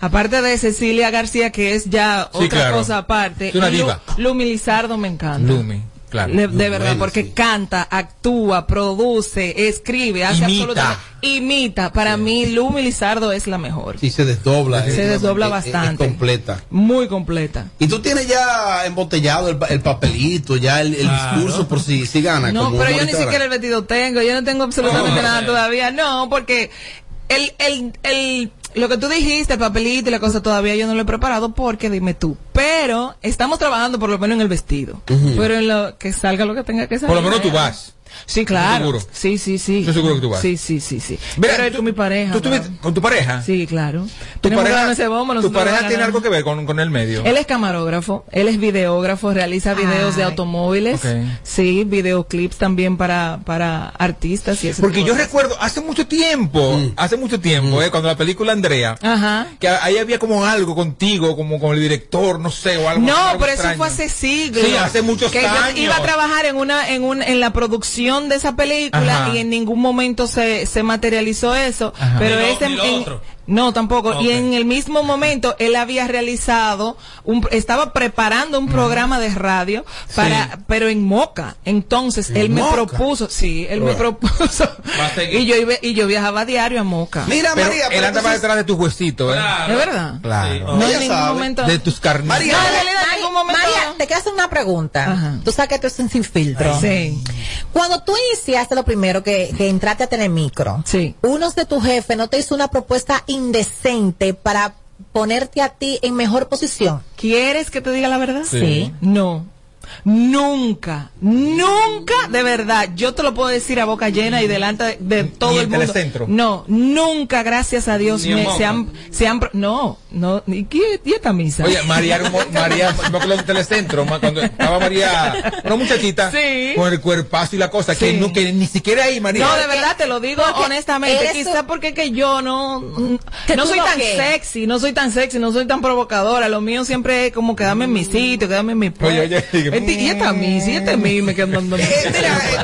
Speaker 24: aparte de Cecilia García, que es ya
Speaker 11: Sí,
Speaker 24: otra
Speaker 11: claro.
Speaker 24: cosa aparte,
Speaker 11: Es una
Speaker 24: Lu-
Speaker 11: diva.
Speaker 24: Lumi Lizardo me encanta.
Speaker 11: Lumi, claro.
Speaker 24: Le- de verdad,
Speaker 11: Bueno,
Speaker 24: porque canta, actúa, produce, escribe, hace
Speaker 11: Imita.
Speaker 24: absolutamente. Imita. Para mí, Lumi Lizardo es la mejor.
Speaker 5: Sí, se desdobla.
Speaker 24: Se
Speaker 5: Es-
Speaker 24: desdobla
Speaker 5: es- es
Speaker 24: bastante.
Speaker 5: completa.
Speaker 24: Muy completa.
Speaker 5: Y tú tienes ya embotellado el, pa- el papelito, ya el, el
Speaker 24: Claro.
Speaker 5: discurso por si, si
Speaker 11: Ah,
Speaker 5: gana.
Speaker 24: No,
Speaker 5: como
Speaker 24: pero yo ni
Speaker 5: monitora.
Speaker 24: siquiera el vestido tengo, yo no tengo absolutamente
Speaker 5: No,
Speaker 24: nada
Speaker 11: eh.
Speaker 5: no.
Speaker 24: todavía, no, porque el, el, el, lo que tú dijiste, el papelito y la cosa todavía yo no lo he preparado porque dime tú, pero estamos trabajando por lo menos en el vestido,
Speaker 11: Ujú.
Speaker 24: pero en lo que salga lo que tenga que salir.
Speaker 11: Por lo menos tú vas.
Speaker 24: Sí, claro.
Speaker 11: Estoy seguro.
Speaker 24: Sí, sí, sí.
Speaker 11: Estoy seguro que tú vas.
Speaker 24: Sí, sí, sí, sí.
Speaker 11: Mira,
Speaker 24: pero es con mi pareja.
Speaker 11: ¿Tú estuviste
Speaker 24: bueno.
Speaker 11: con tu pareja?
Speaker 24: Sí, claro.
Speaker 11: ¿Tu
Speaker 24: Tenemos que
Speaker 11: pareja,
Speaker 24: ganar ese bombo,
Speaker 11: tu
Speaker 24: nosotros
Speaker 11: pareja
Speaker 24: lo
Speaker 11: tiene
Speaker 24: ganamos.
Speaker 11: algo que ver con, con el medio?
Speaker 24: Él es camarógrafo, él es videógrafo, realiza videos de automóviles,
Speaker 11: Ok.
Speaker 24: sí, videoclips también para, para artistas y eso.
Speaker 11: Porque yo recuerdo hace mucho tiempo, hace mucho tiempo, eh, cuando la película Andrea,
Speaker 24: Ajá.
Speaker 11: que ahí había como algo contigo, como con el director, no sé, o algo.
Speaker 24: No,
Speaker 11: algo
Speaker 24: pero eso
Speaker 11: extraño.
Speaker 24: fue hace siglos.
Speaker 11: Sí, hace muchos
Speaker 24: que
Speaker 11: años.
Speaker 24: Yo iba a trabajar en una, en un, en la producción de esa película
Speaker 11: Ajá.
Speaker 24: y en ningún momento se, se materializó eso.
Speaker 11: Ajá.
Speaker 24: Pero
Speaker 11: Ni lo-
Speaker 24: ese
Speaker 11: ni lo
Speaker 24: en-
Speaker 11: otro.
Speaker 24: no tampoco.
Speaker 11: Ok.
Speaker 24: Y en el mismo momento él había realizado un, estaba preparando un programa de radio para, pero en Moca. Entonces
Speaker 5: ¿En
Speaker 24: él me
Speaker 5: Moca?
Speaker 24: propuso, sí, él me
Speaker 11: Bueno.
Speaker 24: propuso. (laughs) y yo iba- y yo viajaba diario a Moca.
Speaker 11: Pero Él andaba detrás de tu huesito, ¿eh?
Speaker 24: Es verdad.
Speaker 11: Claro.
Speaker 24: No en ningún momento.
Speaker 11: De tus carnitas.
Speaker 24: María,
Speaker 9: No,
Speaker 24: en
Speaker 9: María,
Speaker 24: realidad, en algún momento-
Speaker 9: María, te quiero hacer una pregunta. Tú sabes que tú eres un sin filtro.
Speaker 24: Sí.
Speaker 9: Cuando tú iniciaste lo primero que, que entraste a tener micro, unos de tus jefes no te hizo una propuesta indecente para ponerte a ti en mejor posición.
Speaker 24: ¿Quieres que te diga la verdad?
Speaker 9: Sí.
Speaker 24: No. Nunca, nunca, de verdad, yo te lo puedo decir a boca llena y delante de, de todo
Speaker 11: Ni en
Speaker 24: el mundo.
Speaker 11: Telecentro.
Speaker 24: No, nunca, gracias a Dios,
Speaker 11: Ni en
Speaker 24: me-
Speaker 11: Moca.
Speaker 24: se han, se han, pro- no, no, ¿y, qué, y esta misa?
Speaker 11: Oye,
Speaker 24: (laughs)
Speaker 11: María, era un mo- María, me acuerdo en Telecentro, ma, cuando estaba María, una muchachita, con el cuerpazo y la cosa, que, no, que ni siquiera ahí, María.
Speaker 24: No, de verdad te lo digo
Speaker 9: Porque
Speaker 24: honestamente.
Speaker 9: eres
Speaker 24: Quizá
Speaker 9: un-
Speaker 24: porque es que yo no,
Speaker 9: Que
Speaker 24: no
Speaker 9: tú
Speaker 24: soy
Speaker 9: no
Speaker 24: tan
Speaker 9: qué.
Speaker 24: sexy, no soy tan sexy, no soy tan provocadora. Lo mío siempre es como quedarme en mi
Speaker 11: Mm.
Speaker 24: sitio, quedarme en mi puesto.
Speaker 5: Oye, oye, digo,
Speaker 12: Eh,
Speaker 24: Este- Y esta misa, y esta mí me quedo
Speaker 11: (laughs)
Speaker 24: andando.
Speaker 11: Eh,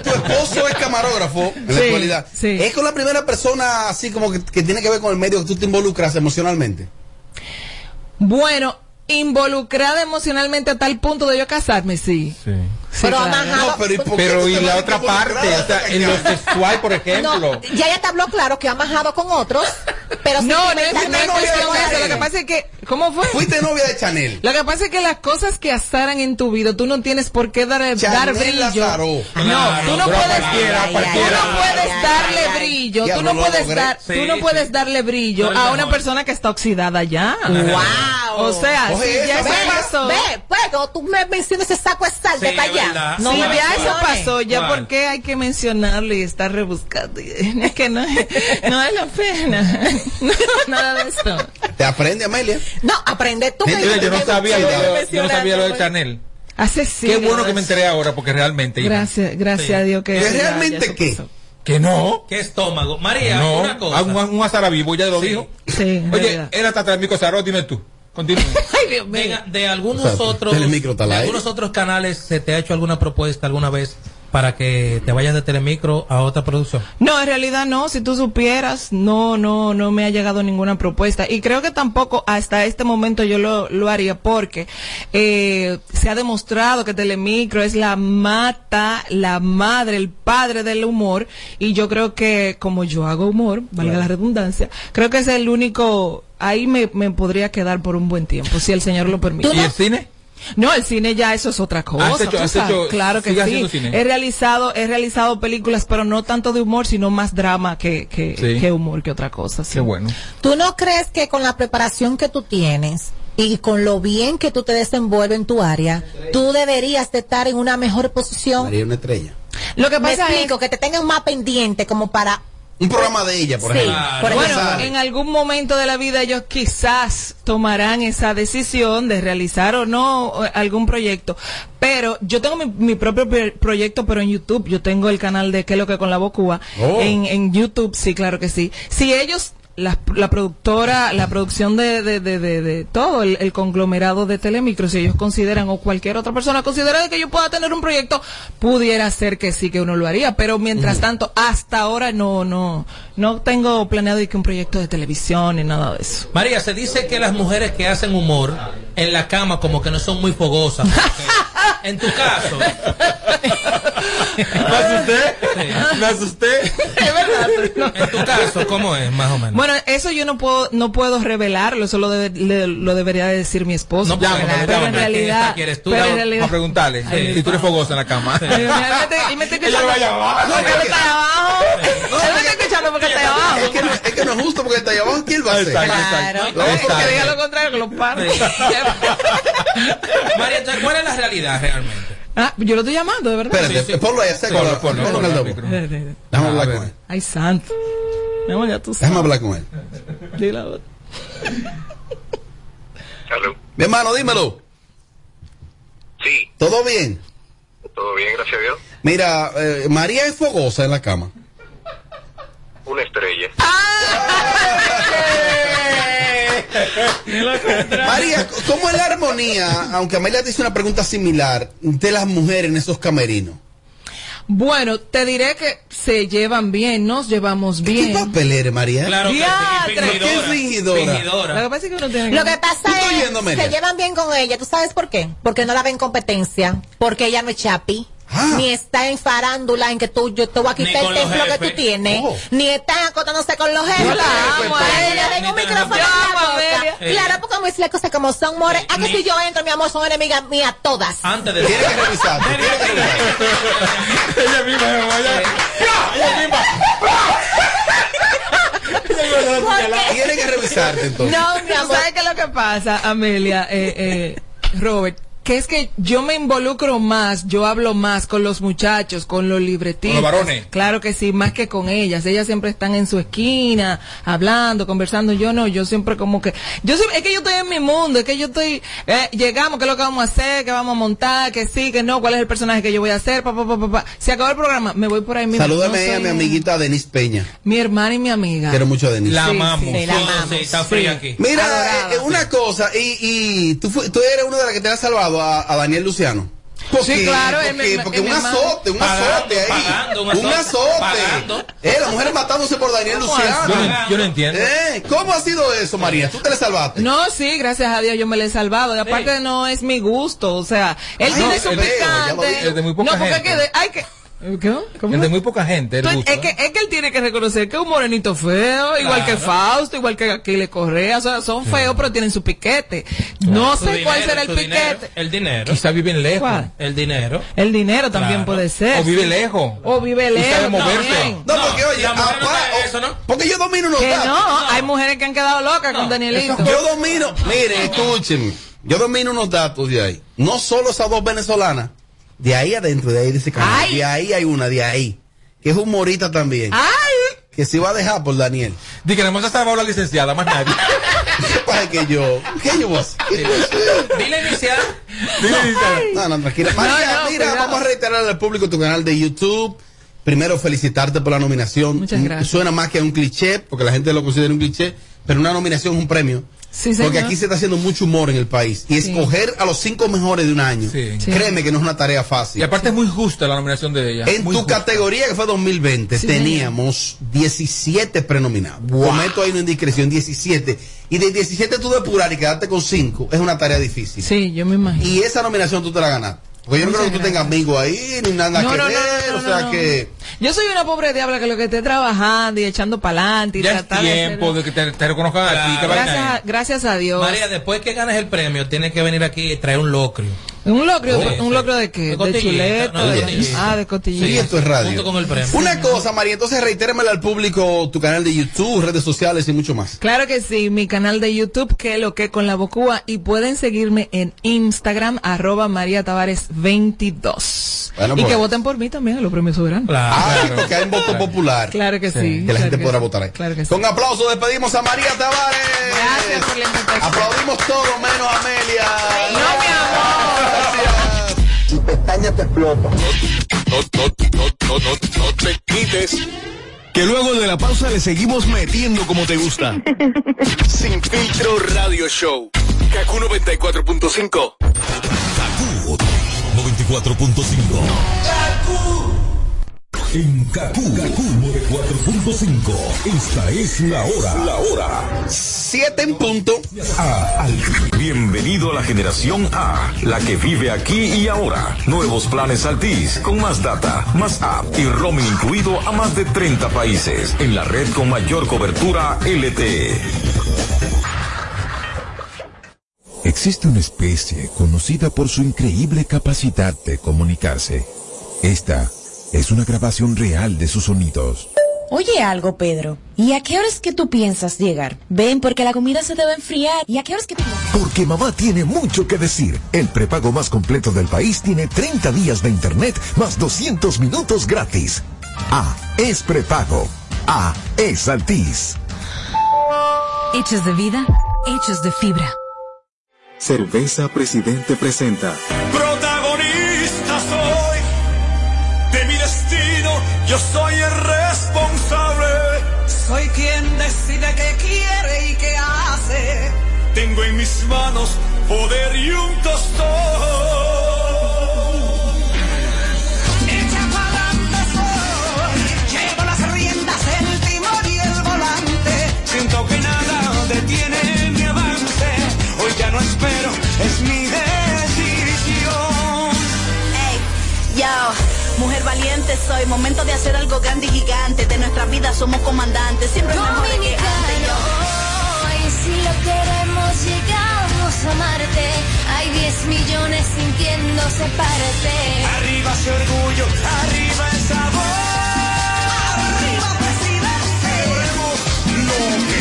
Speaker 5: tu esposo es camarógrafo en la
Speaker 24: Sí,
Speaker 5: actualidad. Es con la primera persona así como que, que tiene que ver con el medio que tú te involucras emocionalmente.
Speaker 24: Bueno, involucrada emocionalmente a tal punto de yo casarme, sí. Sí.
Speaker 9: Pero
Speaker 24: claro.
Speaker 9: amajado- No, pero ¿y por qué
Speaker 11: Pero
Speaker 9: tú
Speaker 11: y
Speaker 9: te
Speaker 11: la
Speaker 9: vas a
Speaker 11: otra
Speaker 9: involucrar
Speaker 11: parte, o sea, en lo sexual, por ejemplo.
Speaker 9: No, ya ya te habló claro que ha majado con otros, pero
Speaker 24: No, no es, no es
Speaker 9: sentimentalmente-
Speaker 24: cuestión de eso. Lo que pasa es que, ¿cómo fue?
Speaker 5: Fuiste novia de Chanel.
Speaker 24: Lo que pasa es que las cosas que azaran en tu vida, tú no tienes por qué dar, dar brillo.
Speaker 5: Lázaro.
Speaker 24: No, tú oh,
Speaker 5: pero
Speaker 24: no puedes,
Speaker 5: cualquiera,
Speaker 24: tú
Speaker 5: cualquiera.
Speaker 24: no puedes darle brillo.
Speaker 5: Ya,
Speaker 24: Tú
Speaker 5: no
Speaker 24: no
Speaker 5: lo
Speaker 24: puedes
Speaker 5: logré.
Speaker 24: dar,
Speaker 5: Sí,
Speaker 24: tú no
Speaker 5: sí.
Speaker 24: puedes darle brillo
Speaker 5: No, no,
Speaker 24: a una
Speaker 5: no.
Speaker 24: persona que está oxidada ya.
Speaker 9: Wow.
Speaker 24: O sea, si ya eso pasó.
Speaker 9: ve, ve, cuando tú me mencionas ese saco de sal de
Speaker 24: Sí,
Speaker 9: pa'
Speaker 24: es
Speaker 9: allá.
Speaker 24: verdad. Si
Speaker 9: me
Speaker 24: ya eso
Speaker 9: menciones.
Speaker 24: pasó, ya
Speaker 9: Bueno.
Speaker 24: por qué hay que mencionarlo y (laughs) estar rebuscando. Es que no, no es la pena.
Speaker 9: (laughs)
Speaker 24: No, nada de esto.
Speaker 5: Te aprende, Amelia.
Speaker 9: No, aprende tú.
Speaker 11: Mira, yo no sabía, lo de- yo no sabía
Speaker 24: pues.
Speaker 11: lo de Chanel.
Speaker 24: Hace
Speaker 11: Qué
Speaker 24: siglos.
Speaker 11: bueno que me enteré ahora, porque realmente.
Speaker 24: Gracias, gracias a Dios que.
Speaker 11: ¿Que
Speaker 24: ya- ya
Speaker 11: realmente
Speaker 24: eso
Speaker 11: qué?
Speaker 24: pasó.
Speaker 11: Que no.
Speaker 10: ¿Qué estómago? María,
Speaker 11: no.
Speaker 10: una cosa.
Speaker 11: a Un, a un azarabibo, ya lo dijo.
Speaker 24: Sí.
Speaker 11: Oye, era Tataramico Saró, dime tú.
Speaker 24: (laughs)
Speaker 11: Continúa.
Speaker 10: De, de algunos
Speaker 11: O sea,
Speaker 10: otros
Speaker 11: Telemicro está al
Speaker 10: de
Speaker 11: aire.
Speaker 10: algunos otros canales se te ha hecho alguna propuesta alguna vez para que te vayas de Telemicro a otra producción.
Speaker 24: No, en realidad no. Si tú supieras, no, no, no me ha llegado ninguna propuesta. Y creo que tampoco hasta este momento yo lo, lo haría porque eh, se ha demostrado que Telemicro es la mata, la madre, el padre del humor. Y yo creo que como yo hago humor, valga la redundancia, creo que es el único, ahí me, me podría quedar por un buen tiempo, si el Señor lo permite.
Speaker 11: ¿Y el cine?
Speaker 24: No, el cine ya eso es otra cosa.
Speaker 11: ¿Has hecho-
Speaker 24: tú
Speaker 11: has
Speaker 24: sabes.
Speaker 11: hecho-
Speaker 24: claro que
Speaker 11: sigue
Speaker 24: sí.
Speaker 11: haciendo cine?
Speaker 24: He realizado, he realizado películas, pero no tanto de humor, sino más drama que, que,
Speaker 11: Sí.
Speaker 24: que humor que otra cosa. Sí.
Speaker 11: Qué bueno.
Speaker 9: ¿Tú no crees que con la preparación que tú tienes y con lo bien que tú te desenvuelves en tu área, tú deberías de estar en una mejor posición?
Speaker 5: María es una estrella.
Speaker 24: Lo que
Speaker 9: Me
Speaker 24: pasa es-
Speaker 9: explico, que te tengan más pendiente como para...
Speaker 5: Un programa de ella, por
Speaker 9: Sí,
Speaker 5: ejemplo.
Speaker 9: por
Speaker 5: Ella
Speaker 24: Bueno,
Speaker 5: sabe.
Speaker 24: en algún momento de la vida ellos quizás tomarán esa decisión de realizar o no eh, algún proyecto. Pero yo tengo mi, mi propio pe- proyecto, pero en YouTube. Yo tengo el canal de ¿Qué es lo que con la Bocúa?
Speaker 13: Oh.
Speaker 24: En, en YouTube, sí, claro que sí. Si ellos... La, la productora, la producción de, de, de, de- de todo el, el conglomerado de Telemicro, si ellos consideran o cualquier otra persona considera que yo pueda tener un proyecto, pudiera ser que sí que uno lo haría, pero mientras tanto, hasta ahora no, no, no tengo planeado y que un proyecto de televisión ni nada de eso.
Speaker 10: María, se dice que las mujeres que hacen humor en la cama como que no son muy fogosas. en tu caso.
Speaker 11: ¿Me asusté? ¿Me asusté?
Speaker 10: En tu caso, ¿cómo es más o menos?
Speaker 24: Bueno, eso yo no puedo, no puedo revelarlo, eso lo, debe- le- lo debería de decir mi esposo.
Speaker 11: No, llámame,
Speaker 24: Claro, pero en
Speaker 11: llámame.
Speaker 24: realidad,
Speaker 11: ¿Quieres tú?
Speaker 24: pero en
Speaker 11: Vamos
Speaker 24: realidad-
Speaker 11: a preguntarle.
Speaker 24: Ay,
Speaker 11: Y tú eres fogosa en la cama.
Speaker 24: Ay, mira, vete- y
Speaker 5: (laughs)
Speaker 24: me estoy
Speaker 11: Ella
Speaker 24: escuchando.
Speaker 11: va allá abajo.
Speaker 24: No, que no está abajo. Él me está escuchando porque está abajo.
Speaker 5: Es que, no, es que no es justo porque está allá abajo. ¿Quién va a hacer?
Speaker 24: Exacto, exacto.
Speaker 5: No,
Speaker 24: Claro,
Speaker 5: porque
Speaker 24: que
Speaker 5: diga
Speaker 24: diga
Speaker 5: lo-
Speaker 24: lo contrario, que lo paro.
Speaker 10: María, entonces, ¿cuál es la realidad realmente?
Speaker 24: (laughs) Ah, yo lo estoy llamando, de verdad.
Speaker 5: Espérate, ponlo ahí, seco.
Speaker 24: Ponlo,
Speaker 5: Ponlo,
Speaker 24: ponlo,
Speaker 5: en el
Speaker 24: ponlo.
Speaker 5: doble.
Speaker 24: Espérate, espérate.
Speaker 5: Déjame hablar con él.
Speaker 24: Ay, santo. Mi amor, ya tú sabes.
Speaker 5: Déjame hablar con él.
Speaker 24: Di la otra.
Speaker 5: Mi hermano, dímelo. Sí. ¿Todo bien?
Speaker 14: Todo bien, gracias a Dios.
Speaker 5: Mira, eh, María es fogosa en la cama.
Speaker 14: Una estrella.
Speaker 5: María, ¿cómo es la armonía? Aunque Amelia te hizo una pregunta similar de las mujeres en esos camerinos.
Speaker 24: Bueno, te diré que se llevan bien, nos llevamos bien.
Speaker 5: papel eres, María?
Speaker 24: Claro que sí, Diatre.
Speaker 5: ¿Por ¿Qué
Speaker 24: fingidora,
Speaker 5: fingidora?
Speaker 24: fingidora. Lo que pasa es que uno tiene
Speaker 9: Lo que pasa
Speaker 5: estoy
Speaker 9: es
Speaker 5: oyendo, Amelia?
Speaker 9: se llevan bien con ella. ¿Tú sabes por qué? Porque no la ven competencia. Porque ella no es chapi. Ni está en farándula en que tú, yo te voy a quitar
Speaker 24: con
Speaker 9: el
Speaker 24: los
Speaker 9: templo que
Speaker 24: jefes.
Speaker 9: tú tienes.
Speaker 24: Oh.
Speaker 9: Ni está acotándose con los jefes.
Speaker 24: Yo la amo a
Speaker 9: Ay,
Speaker 24: ella.
Speaker 9: le den un
Speaker 24: Ni te la-
Speaker 9: micrófono en la
Speaker 24: Yo amo a
Speaker 9: boca.
Speaker 24: Amelia.
Speaker 10: Eh.
Speaker 9: Claro, porque me dice las cosas como son, more. ¿A que
Speaker 10: ni-
Speaker 9: si yo entro, mi amor, son enemigas mías todas?
Speaker 10: Antes de Tiene que revisar.
Speaker 11: Ella misma se va allá. Ella misma.
Speaker 5: Tiene que revisarte entonces.
Speaker 24: No, mi amor. ¿Sabes qué es lo que pasa, Amelia? Eh, eh, Robert. Que es que yo me involucro más, yo hablo más con los muchachos, con los libretistas.
Speaker 11: Con los varones.
Speaker 24: Claro que sí, más que con ellas. Ellas siempre están en su esquina, hablando, conversando. Yo no, yo siempre como que. yo siempre- Es que yo estoy en mi mundo, es que yo estoy. eh, llegamos, ¿qué es lo que vamos a hacer? ¿Qué vamos a montar? ¿Qué sí? ¿Qué no? ¿Cuál es el personaje que yo voy a hacer? Pa, pa, pa, pa, pa. Se acabó el programa, me voy por ahí mismo.
Speaker 5: Salúdame
Speaker 24: No soy
Speaker 5: a mi amiguita Denise Peña.
Speaker 24: Mi hermana y mi amiga.
Speaker 5: Quiero mucho a Denise.
Speaker 24: Sí, sí, la amamos.
Speaker 10: está fría aquí.
Speaker 5: Mira, eh, una cosa, y, y tú, fu- tú eres una de las que te ha salvado a, a Daniel Luciano.
Speaker 24: Sí, claro, él
Speaker 5: porque,
Speaker 24: me-
Speaker 5: porque
Speaker 24: él
Speaker 5: un
Speaker 24: me manda.
Speaker 5: azote, un
Speaker 11: Pagando,
Speaker 5: azote ahí.
Speaker 11: pagando, un
Speaker 5: un
Speaker 11: azote,
Speaker 5: azote.
Speaker 11: pagando.
Speaker 5: Eh, la mujer matándose por Daniel
Speaker 24: ¿Cómo así?
Speaker 5: Luciano.
Speaker 11: Yo no- yo no entiendo.
Speaker 5: Eh, ¿Cómo ha sido eso, María? ¿Tú te le salvaste?
Speaker 24: No, sí, gracias a Dios yo me le he salvado. Y aparte no es mi gusto, o sea, él
Speaker 11: Ah,
Speaker 24: tiene
Speaker 11: no,
Speaker 24: su
Speaker 11: el de- ya lo
Speaker 24: picante.
Speaker 11: dije, el de muy poca
Speaker 24: no, porque
Speaker 11: gente.
Speaker 24: es que de- hay que
Speaker 11: Es de muy poca gente. el
Speaker 24: Tú-
Speaker 11: gusto,
Speaker 24: es, que, es que él tiene que reconocer que es un morenito feo, igual que Fausto, igual que Aquiles Correa, o sea, son feos, pero tienen su piquete. No
Speaker 10: Tu
Speaker 24: sé cuál
Speaker 10: dinero,
Speaker 24: será el
Speaker 10: tu
Speaker 24: piquete.
Speaker 10: dinero, el dinero.
Speaker 11: Quizás viven lejos.
Speaker 24: ¿Cuál?
Speaker 10: El dinero.
Speaker 24: El dinero también puede ser.
Speaker 11: O vive lejos.
Speaker 24: O vive
Speaker 11: Y sabe
Speaker 24: lejos.
Speaker 11: moverse.
Speaker 24: también.
Speaker 5: No, porque oye, apá- porque yo domino los
Speaker 24: Que
Speaker 5: datos.
Speaker 24: no, hay mujeres que han quedado locas con Danielito.
Speaker 5: Yo domino, miren, escúchenme. Yo domino unos datos de ahí. No solo esas dos venezolanas, de ahí adentro, de ahí de ese canal. De ahí hay una, de ahí. Que es humorista también.
Speaker 24: ¡Ay!
Speaker 5: Que se va a dejar por Daniel.
Speaker 11: Di que nada más ha salvado la licenciada,
Speaker 5: (laughs)
Speaker 11: más nadie.
Speaker 5: Para que yo. ¿Qué yo voy a hacer?
Speaker 10: Dile inicial.
Speaker 5: No, no, tranquila. María,
Speaker 24: No, no,
Speaker 5: mira,
Speaker 24: cuidado.
Speaker 5: vamos a reiterar al público tu canal de YouTube. primero felicitarte por la nominación. Mm,
Speaker 24: Muchas gracias.
Speaker 5: Suena más que a un cliché, porque la gente lo considera un cliché, pero una nominación es un premio.
Speaker 24: Sí, señor.
Speaker 5: porque aquí se está haciendo mucho humor en el país. Y
Speaker 24: Sí.
Speaker 5: escoger a los cinco mejores de un año,
Speaker 11: Sí.
Speaker 5: créeme que no es una tarea fácil.
Speaker 11: Y aparte es muy justa la nominación de ella.
Speaker 5: En
Speaker 11: Muy
Speaker 5: tu
Speaker 11: justa.
Speaker 5: categoría que fue 2020
Speaker 11: Sí,
Speaker 5: teníamos 17 prenominados. Cometo ahí una indiscreción, 17. Y de 17 tú depurar y quedarte con 5 es una tarea difícil.
Speaker 24: Sí, yo me imagino.
Speaker 5: Y esa nominación tú te la ganaste. Porque yo no
Speaker 24: Muchas
Speaker 5: creo que tú tengas amigos ahí, ni nada
Speaker 24: No,
Speaker 5: que
Speaker 24: no, no,
Speaker 5: ver,
Speaker 24: no,
Speaker 5: o
Speaker 24: no,
Speaker 5: sea
Speaker 24: no.
Speaker 5: que...
Speaker 24: Yo soy una pobre diabla que lo que esté trabajando y echando para adelante y
Speaker 11: Ya es
Speaker 24: tratar de hacer-
Speaker 11: tiempo de que te, te reconozcan a ti. que vaina
Speaker 24: Gracias a, gracias a Dios.
Speaker 10: María, después que ganes el premio, tienes que venir aquí y traer un locrio.
Speaker 24: un locro,
Speaker 10: Sí,
Speaker 24: un locro de qué? De,
Speaker 10: cotillita,
Speaker 24: chuleto,
Speaker 10: no, de
Speaker 24: de-
Speaker 10: cotillita.
Speaker 24: ah, de cotillita.
Speaker 5: y esto es radio.
Speaker 10: junto con el premio.
Speaker 5: Una cosa, María, entonces reitéramela al público, tu canal de YouTube, redes sociales y mucho más.
Speaker 24: Claro que sí, mi canal de YouTube, que lo que con la bocúa, y pueden seguirme en Instagram, arroba María Tavares 22.
Speaker 5: Bueno,
Speaker 24: y
Speaker 5: pues.
Speaker 24: que voten por mí también, a los premios soberanos.
Speaker 5: Ah, porque hay un voto popular.
Speaker 24: Claro que sí,
Speaker 5: Que la
Speaker 24: claro
Speaker 5: gente
Speaker 24: que
Speaker 5: podrá
Speaker 24: sí,
Speaker 5: votar ahí.
Speaker 24: claro que sí.
Speaker 5: Con aplausos despedimos a María Tavares.
Speaker 24: Gracias por la invitación.
Speaker 5: Aplaudimos todo menos a Amelia.
Speaker 24: No, mi
Speaker 5: Tu pestaña te explota.
Speaker 6: No, no, no, no, no, no te quites. Que luego de la pausa le seguimos metiendo como te gusta. Sin filtro radio show. Kaku 94.5.
Speaker 8: 94.5. En Kaku, Kaku 4.5. Esta es la hora. La hora.
Speaker 5: Siete en punto.
Speaker 8: Bienvenido a la generación A, la que vive aquí y ahora. Nuevos planes Altis, con más data, más app y roaming incluido a más de 30 países. En la red con mayor cobertura LTE.
Speaker 25: Existe una especie conocida por su increíble capacidad de comunicarse. Esta es una grabación real de sus sonidos.
Speaker 4: Oye algo, Pedro. ¿Y a qué horas que tú piensas llegar? Ven, porque la comida se debe enfriar. ¿Y a qué horas que tú
Speaker 8: Porque mamá tiene mucho que decir. El prepago más completo del país tiene 30 días de internet más 200 minutos gratis. A es prepago. A es Altis.
Speaker 26: Hechos de vida, hechos de fibra.
Speaker 8: Cerveza Presidente presenta.
Speaker 12: Protagonista soy de mi destino, yo soy el responsable. Soy quien decide qué quiere y qué hace. Tengo en mis manos poder y un tostón. Hecha pa'lante soy, llevo las riendas, el timón y el volante. Siento que nada detiene mi avance. Hoy ya no espero, es mi decisión.
Speaker 27: Yo, mujer valiente soy, momento de hacer algo grande y gigante. De nuestra vida somos comandantes, siempre mejor que antes, yo.
Speaker 28: Hoy si lo queremos llegamos a Marte. Hay 10 millones sintiéndose parte.
Speaker 12: Arriba ese orgullo, arriba el sabor. Arriba presidente. Seremos lo que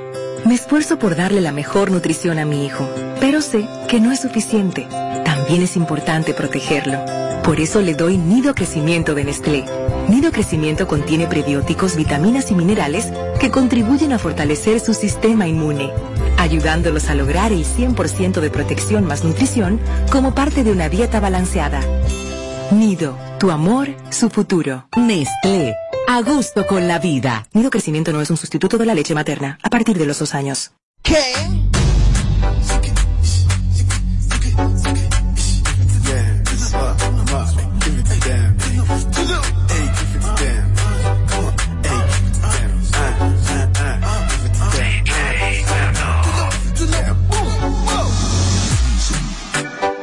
Speaker 12: somos.
Speaker 9: Me esfuerzo por darle la mejor nutrición a mi hijo, pero sé que no es suficiente. También es importante protegerlo. Por eso le doy Nido Crecimiento de Nestlé. Nido Crecimiento contiene prebióticos, vitaminas y minerales que contribuyen a fortalecer su sistema inmune, ayudándolos a lograr el 100% de protección más nutrición como parte de una dieta balanceada. Nido, tu amor, su futuro. Nestlé, a gusto con la vida. Nido Crecimiento no es un sustituto de la leche materna a partir de los dos años.
Speaker 12: ¿Qué?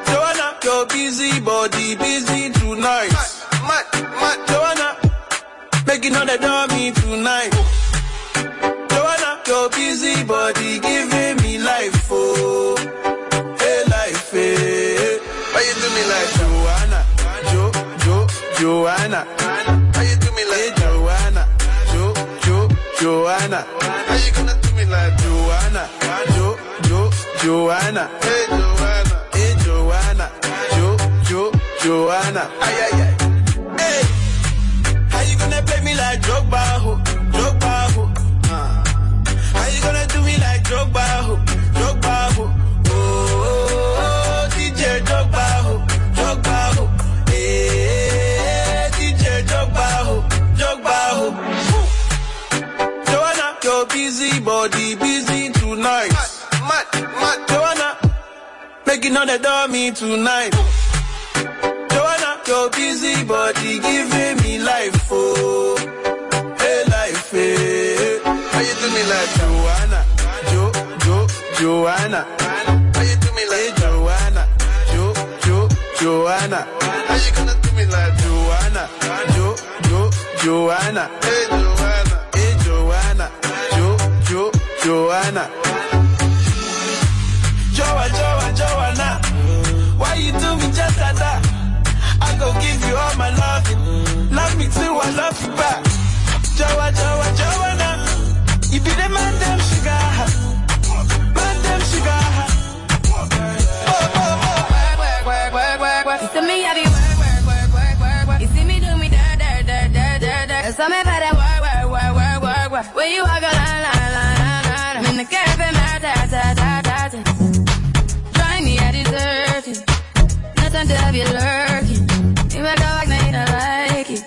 Speaker 29: Joanna, your busy body, busy tonight. Mad, mad, Joanna, making all the dummy tonight. Joanna, your busy body, giving me life, oh, hey life, hey. Why you do me like Joanna, Jo, Jo, Joanna? Why you do me like Joanna, Jo, Jo, Joanna? How you gonna do me like Joanna, Jo, Jo, Joanna? Hey Joanna, hey Joanna, Jo, Jo, Joanna. Ay ay ay, hey. How you gonna play me like Drogba, ho, Drogba, ho? Uh. How you gonna do me like Drogba, ho, Drogba, ho? Oh, oh, oh, DJ Drogba, ho, Drogba, ho. Hey, body busy tonight. Mad, mad, mad, Joanna, making all the dummy tonight. Joanna, your busy body giving me life, oh, hey life, eh. hey. How you do me like Joanna, Jo, Jo, Joanna? How you do me like Joanna, Jo, Jo, Joanna? How you gonna do me like Joanna, Jo, Jo, Joanna? Hey Joanna, hey Joanna, Jo, Jo, Joanna. Joa, Joa, Joanna. Why you do me just like that? I go give you all my love. eh. Love me too, I love you back. Joa, Joa, Joanna. You be the man, damn sugar. Man, damn sugar. Oh, oh, oh. Work, work, work, work, work, work.
Speaker 22: To me, I be work, work, work, work, work, work. You see me do me da da da da da da. Eso me para work, work, work, work, work, work. When you walk a la la la la la, I'm in the curve and da da da da da da. Try me, I deserve it. Nothing to have you lurking. You make a walk, now you don't like it.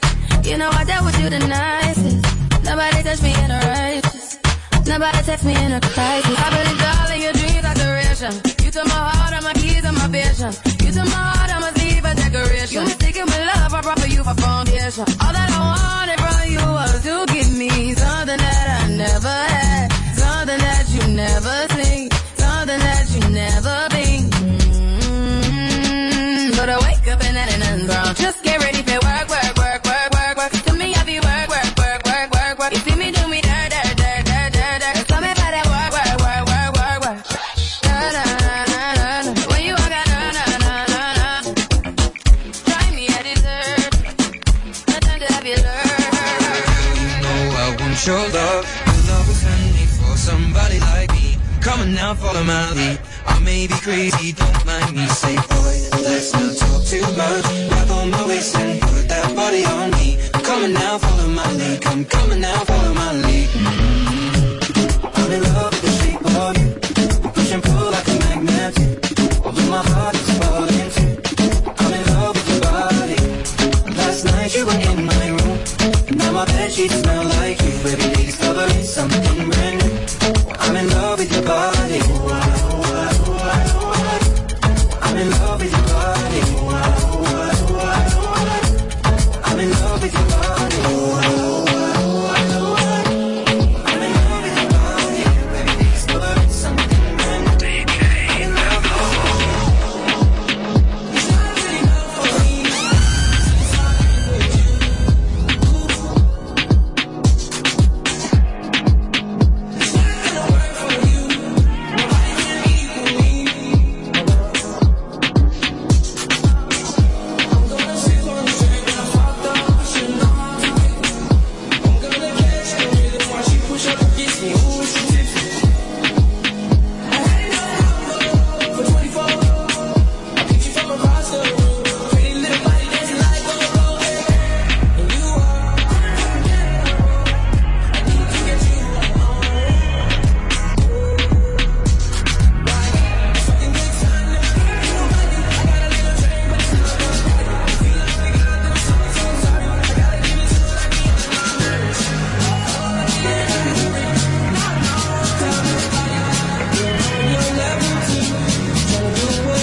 Speaker 22: You know I dealt with you the nicest. Nobody touched me in a righteous. Nobody text me in a crisis. I've been darling, your dreams are duration. You took my heart, all my keys, and my vision. You took my heart, I'ma leave a decoration. You mistaken with love, I brought for you for foundation. All that I wanted from you was to give me something that I never had, something that you never seen, something that you never been. Mm, But I wake up and that ain't nothing wrong. Just get ready for work, work, work, work, work, work. To me, I be work, work, work, work, work, work. You see me do me da da da da da da. Tell me about that work, work, work, work, work, work. Da da da da da. When you walk out, da da da da da. Try me, I deserve nothing to have you learn.
Speaker 12: Oh, I want your love. Your love was handmade for somebody like me. Come on now, follow my lead. I may be crazy, don't mind me. Say, boy, let's not talk too much. Grab on my waist and put that body on me. Come on now, follow my lead. Come, come on now, follow my lead. Mm. I'm in love with the shape of you. Push and pull like a magnet. Although my heart is falling too. I'm in love with your body. Last night you were in my room. Now my bed sheets smell like you. Every day discovering something brand new. I'm in love with your body. Ooh, ah, ooh, ah, ooh, ah, ooh, ah. I'm in love with your body. Ooh, ah, ooh, ah, ooh, ah, ooh, ah. I'm in love with your body. Ooh, ah, ooh, ah, ooh, ah, ooh, ah. I'm in love with your body. Every day discovering something brand new. In love with you. It's not really love for me. It's not really with you.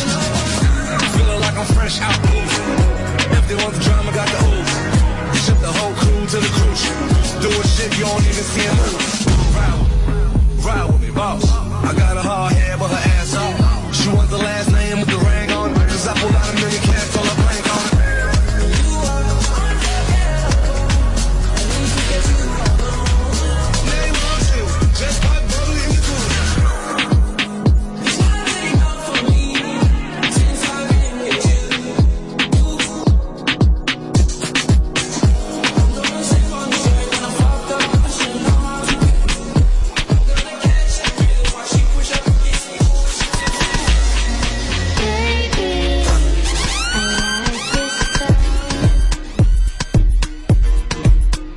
Speaker 3: Feeling like I'm fresh out the booth. Empty on the drama, got the ooze. Ship the whole crew to the cruise ship. Doing shit you don't even see him move. Ride with me, ride with me, boss. I got a hard head, but her ass off. She wants the last name with the ring on. it. Cause I pull out a million cats on the blank on. it. Name on you, just pop bubbly in the cooler.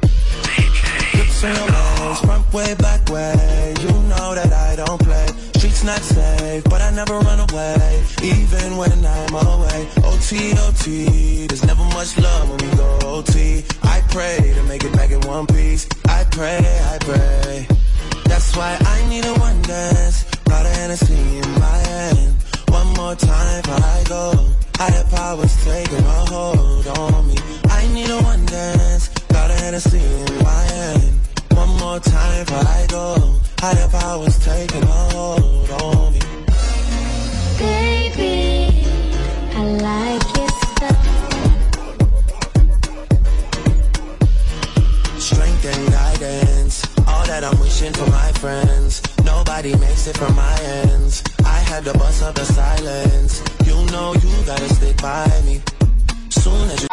Speaker 12: Hips and legs, front way, back way. You know that I don't play. Streets not safe, but I never run away. Even when I'm away. OT, OT. There's never much love when we go OT. I pray to make it back in one piece. I pray, I pray.
Speaker 3: That's why I need a one dance. Got a Hennessy in my hand. One more time before I go. Higher powers taking a hold on me. I need a one dance. Got a Hennessy in my hand. One more time before I go. Higher powers taking a hold on me.
Speaker 30: Baby, I like your stuff.
Speaker 3: Strength and guidance. All that I'm wishing for my friends. Nobody makes it from my ends. I had to bust up the silence. You know you gotta stick by me. Soon as you.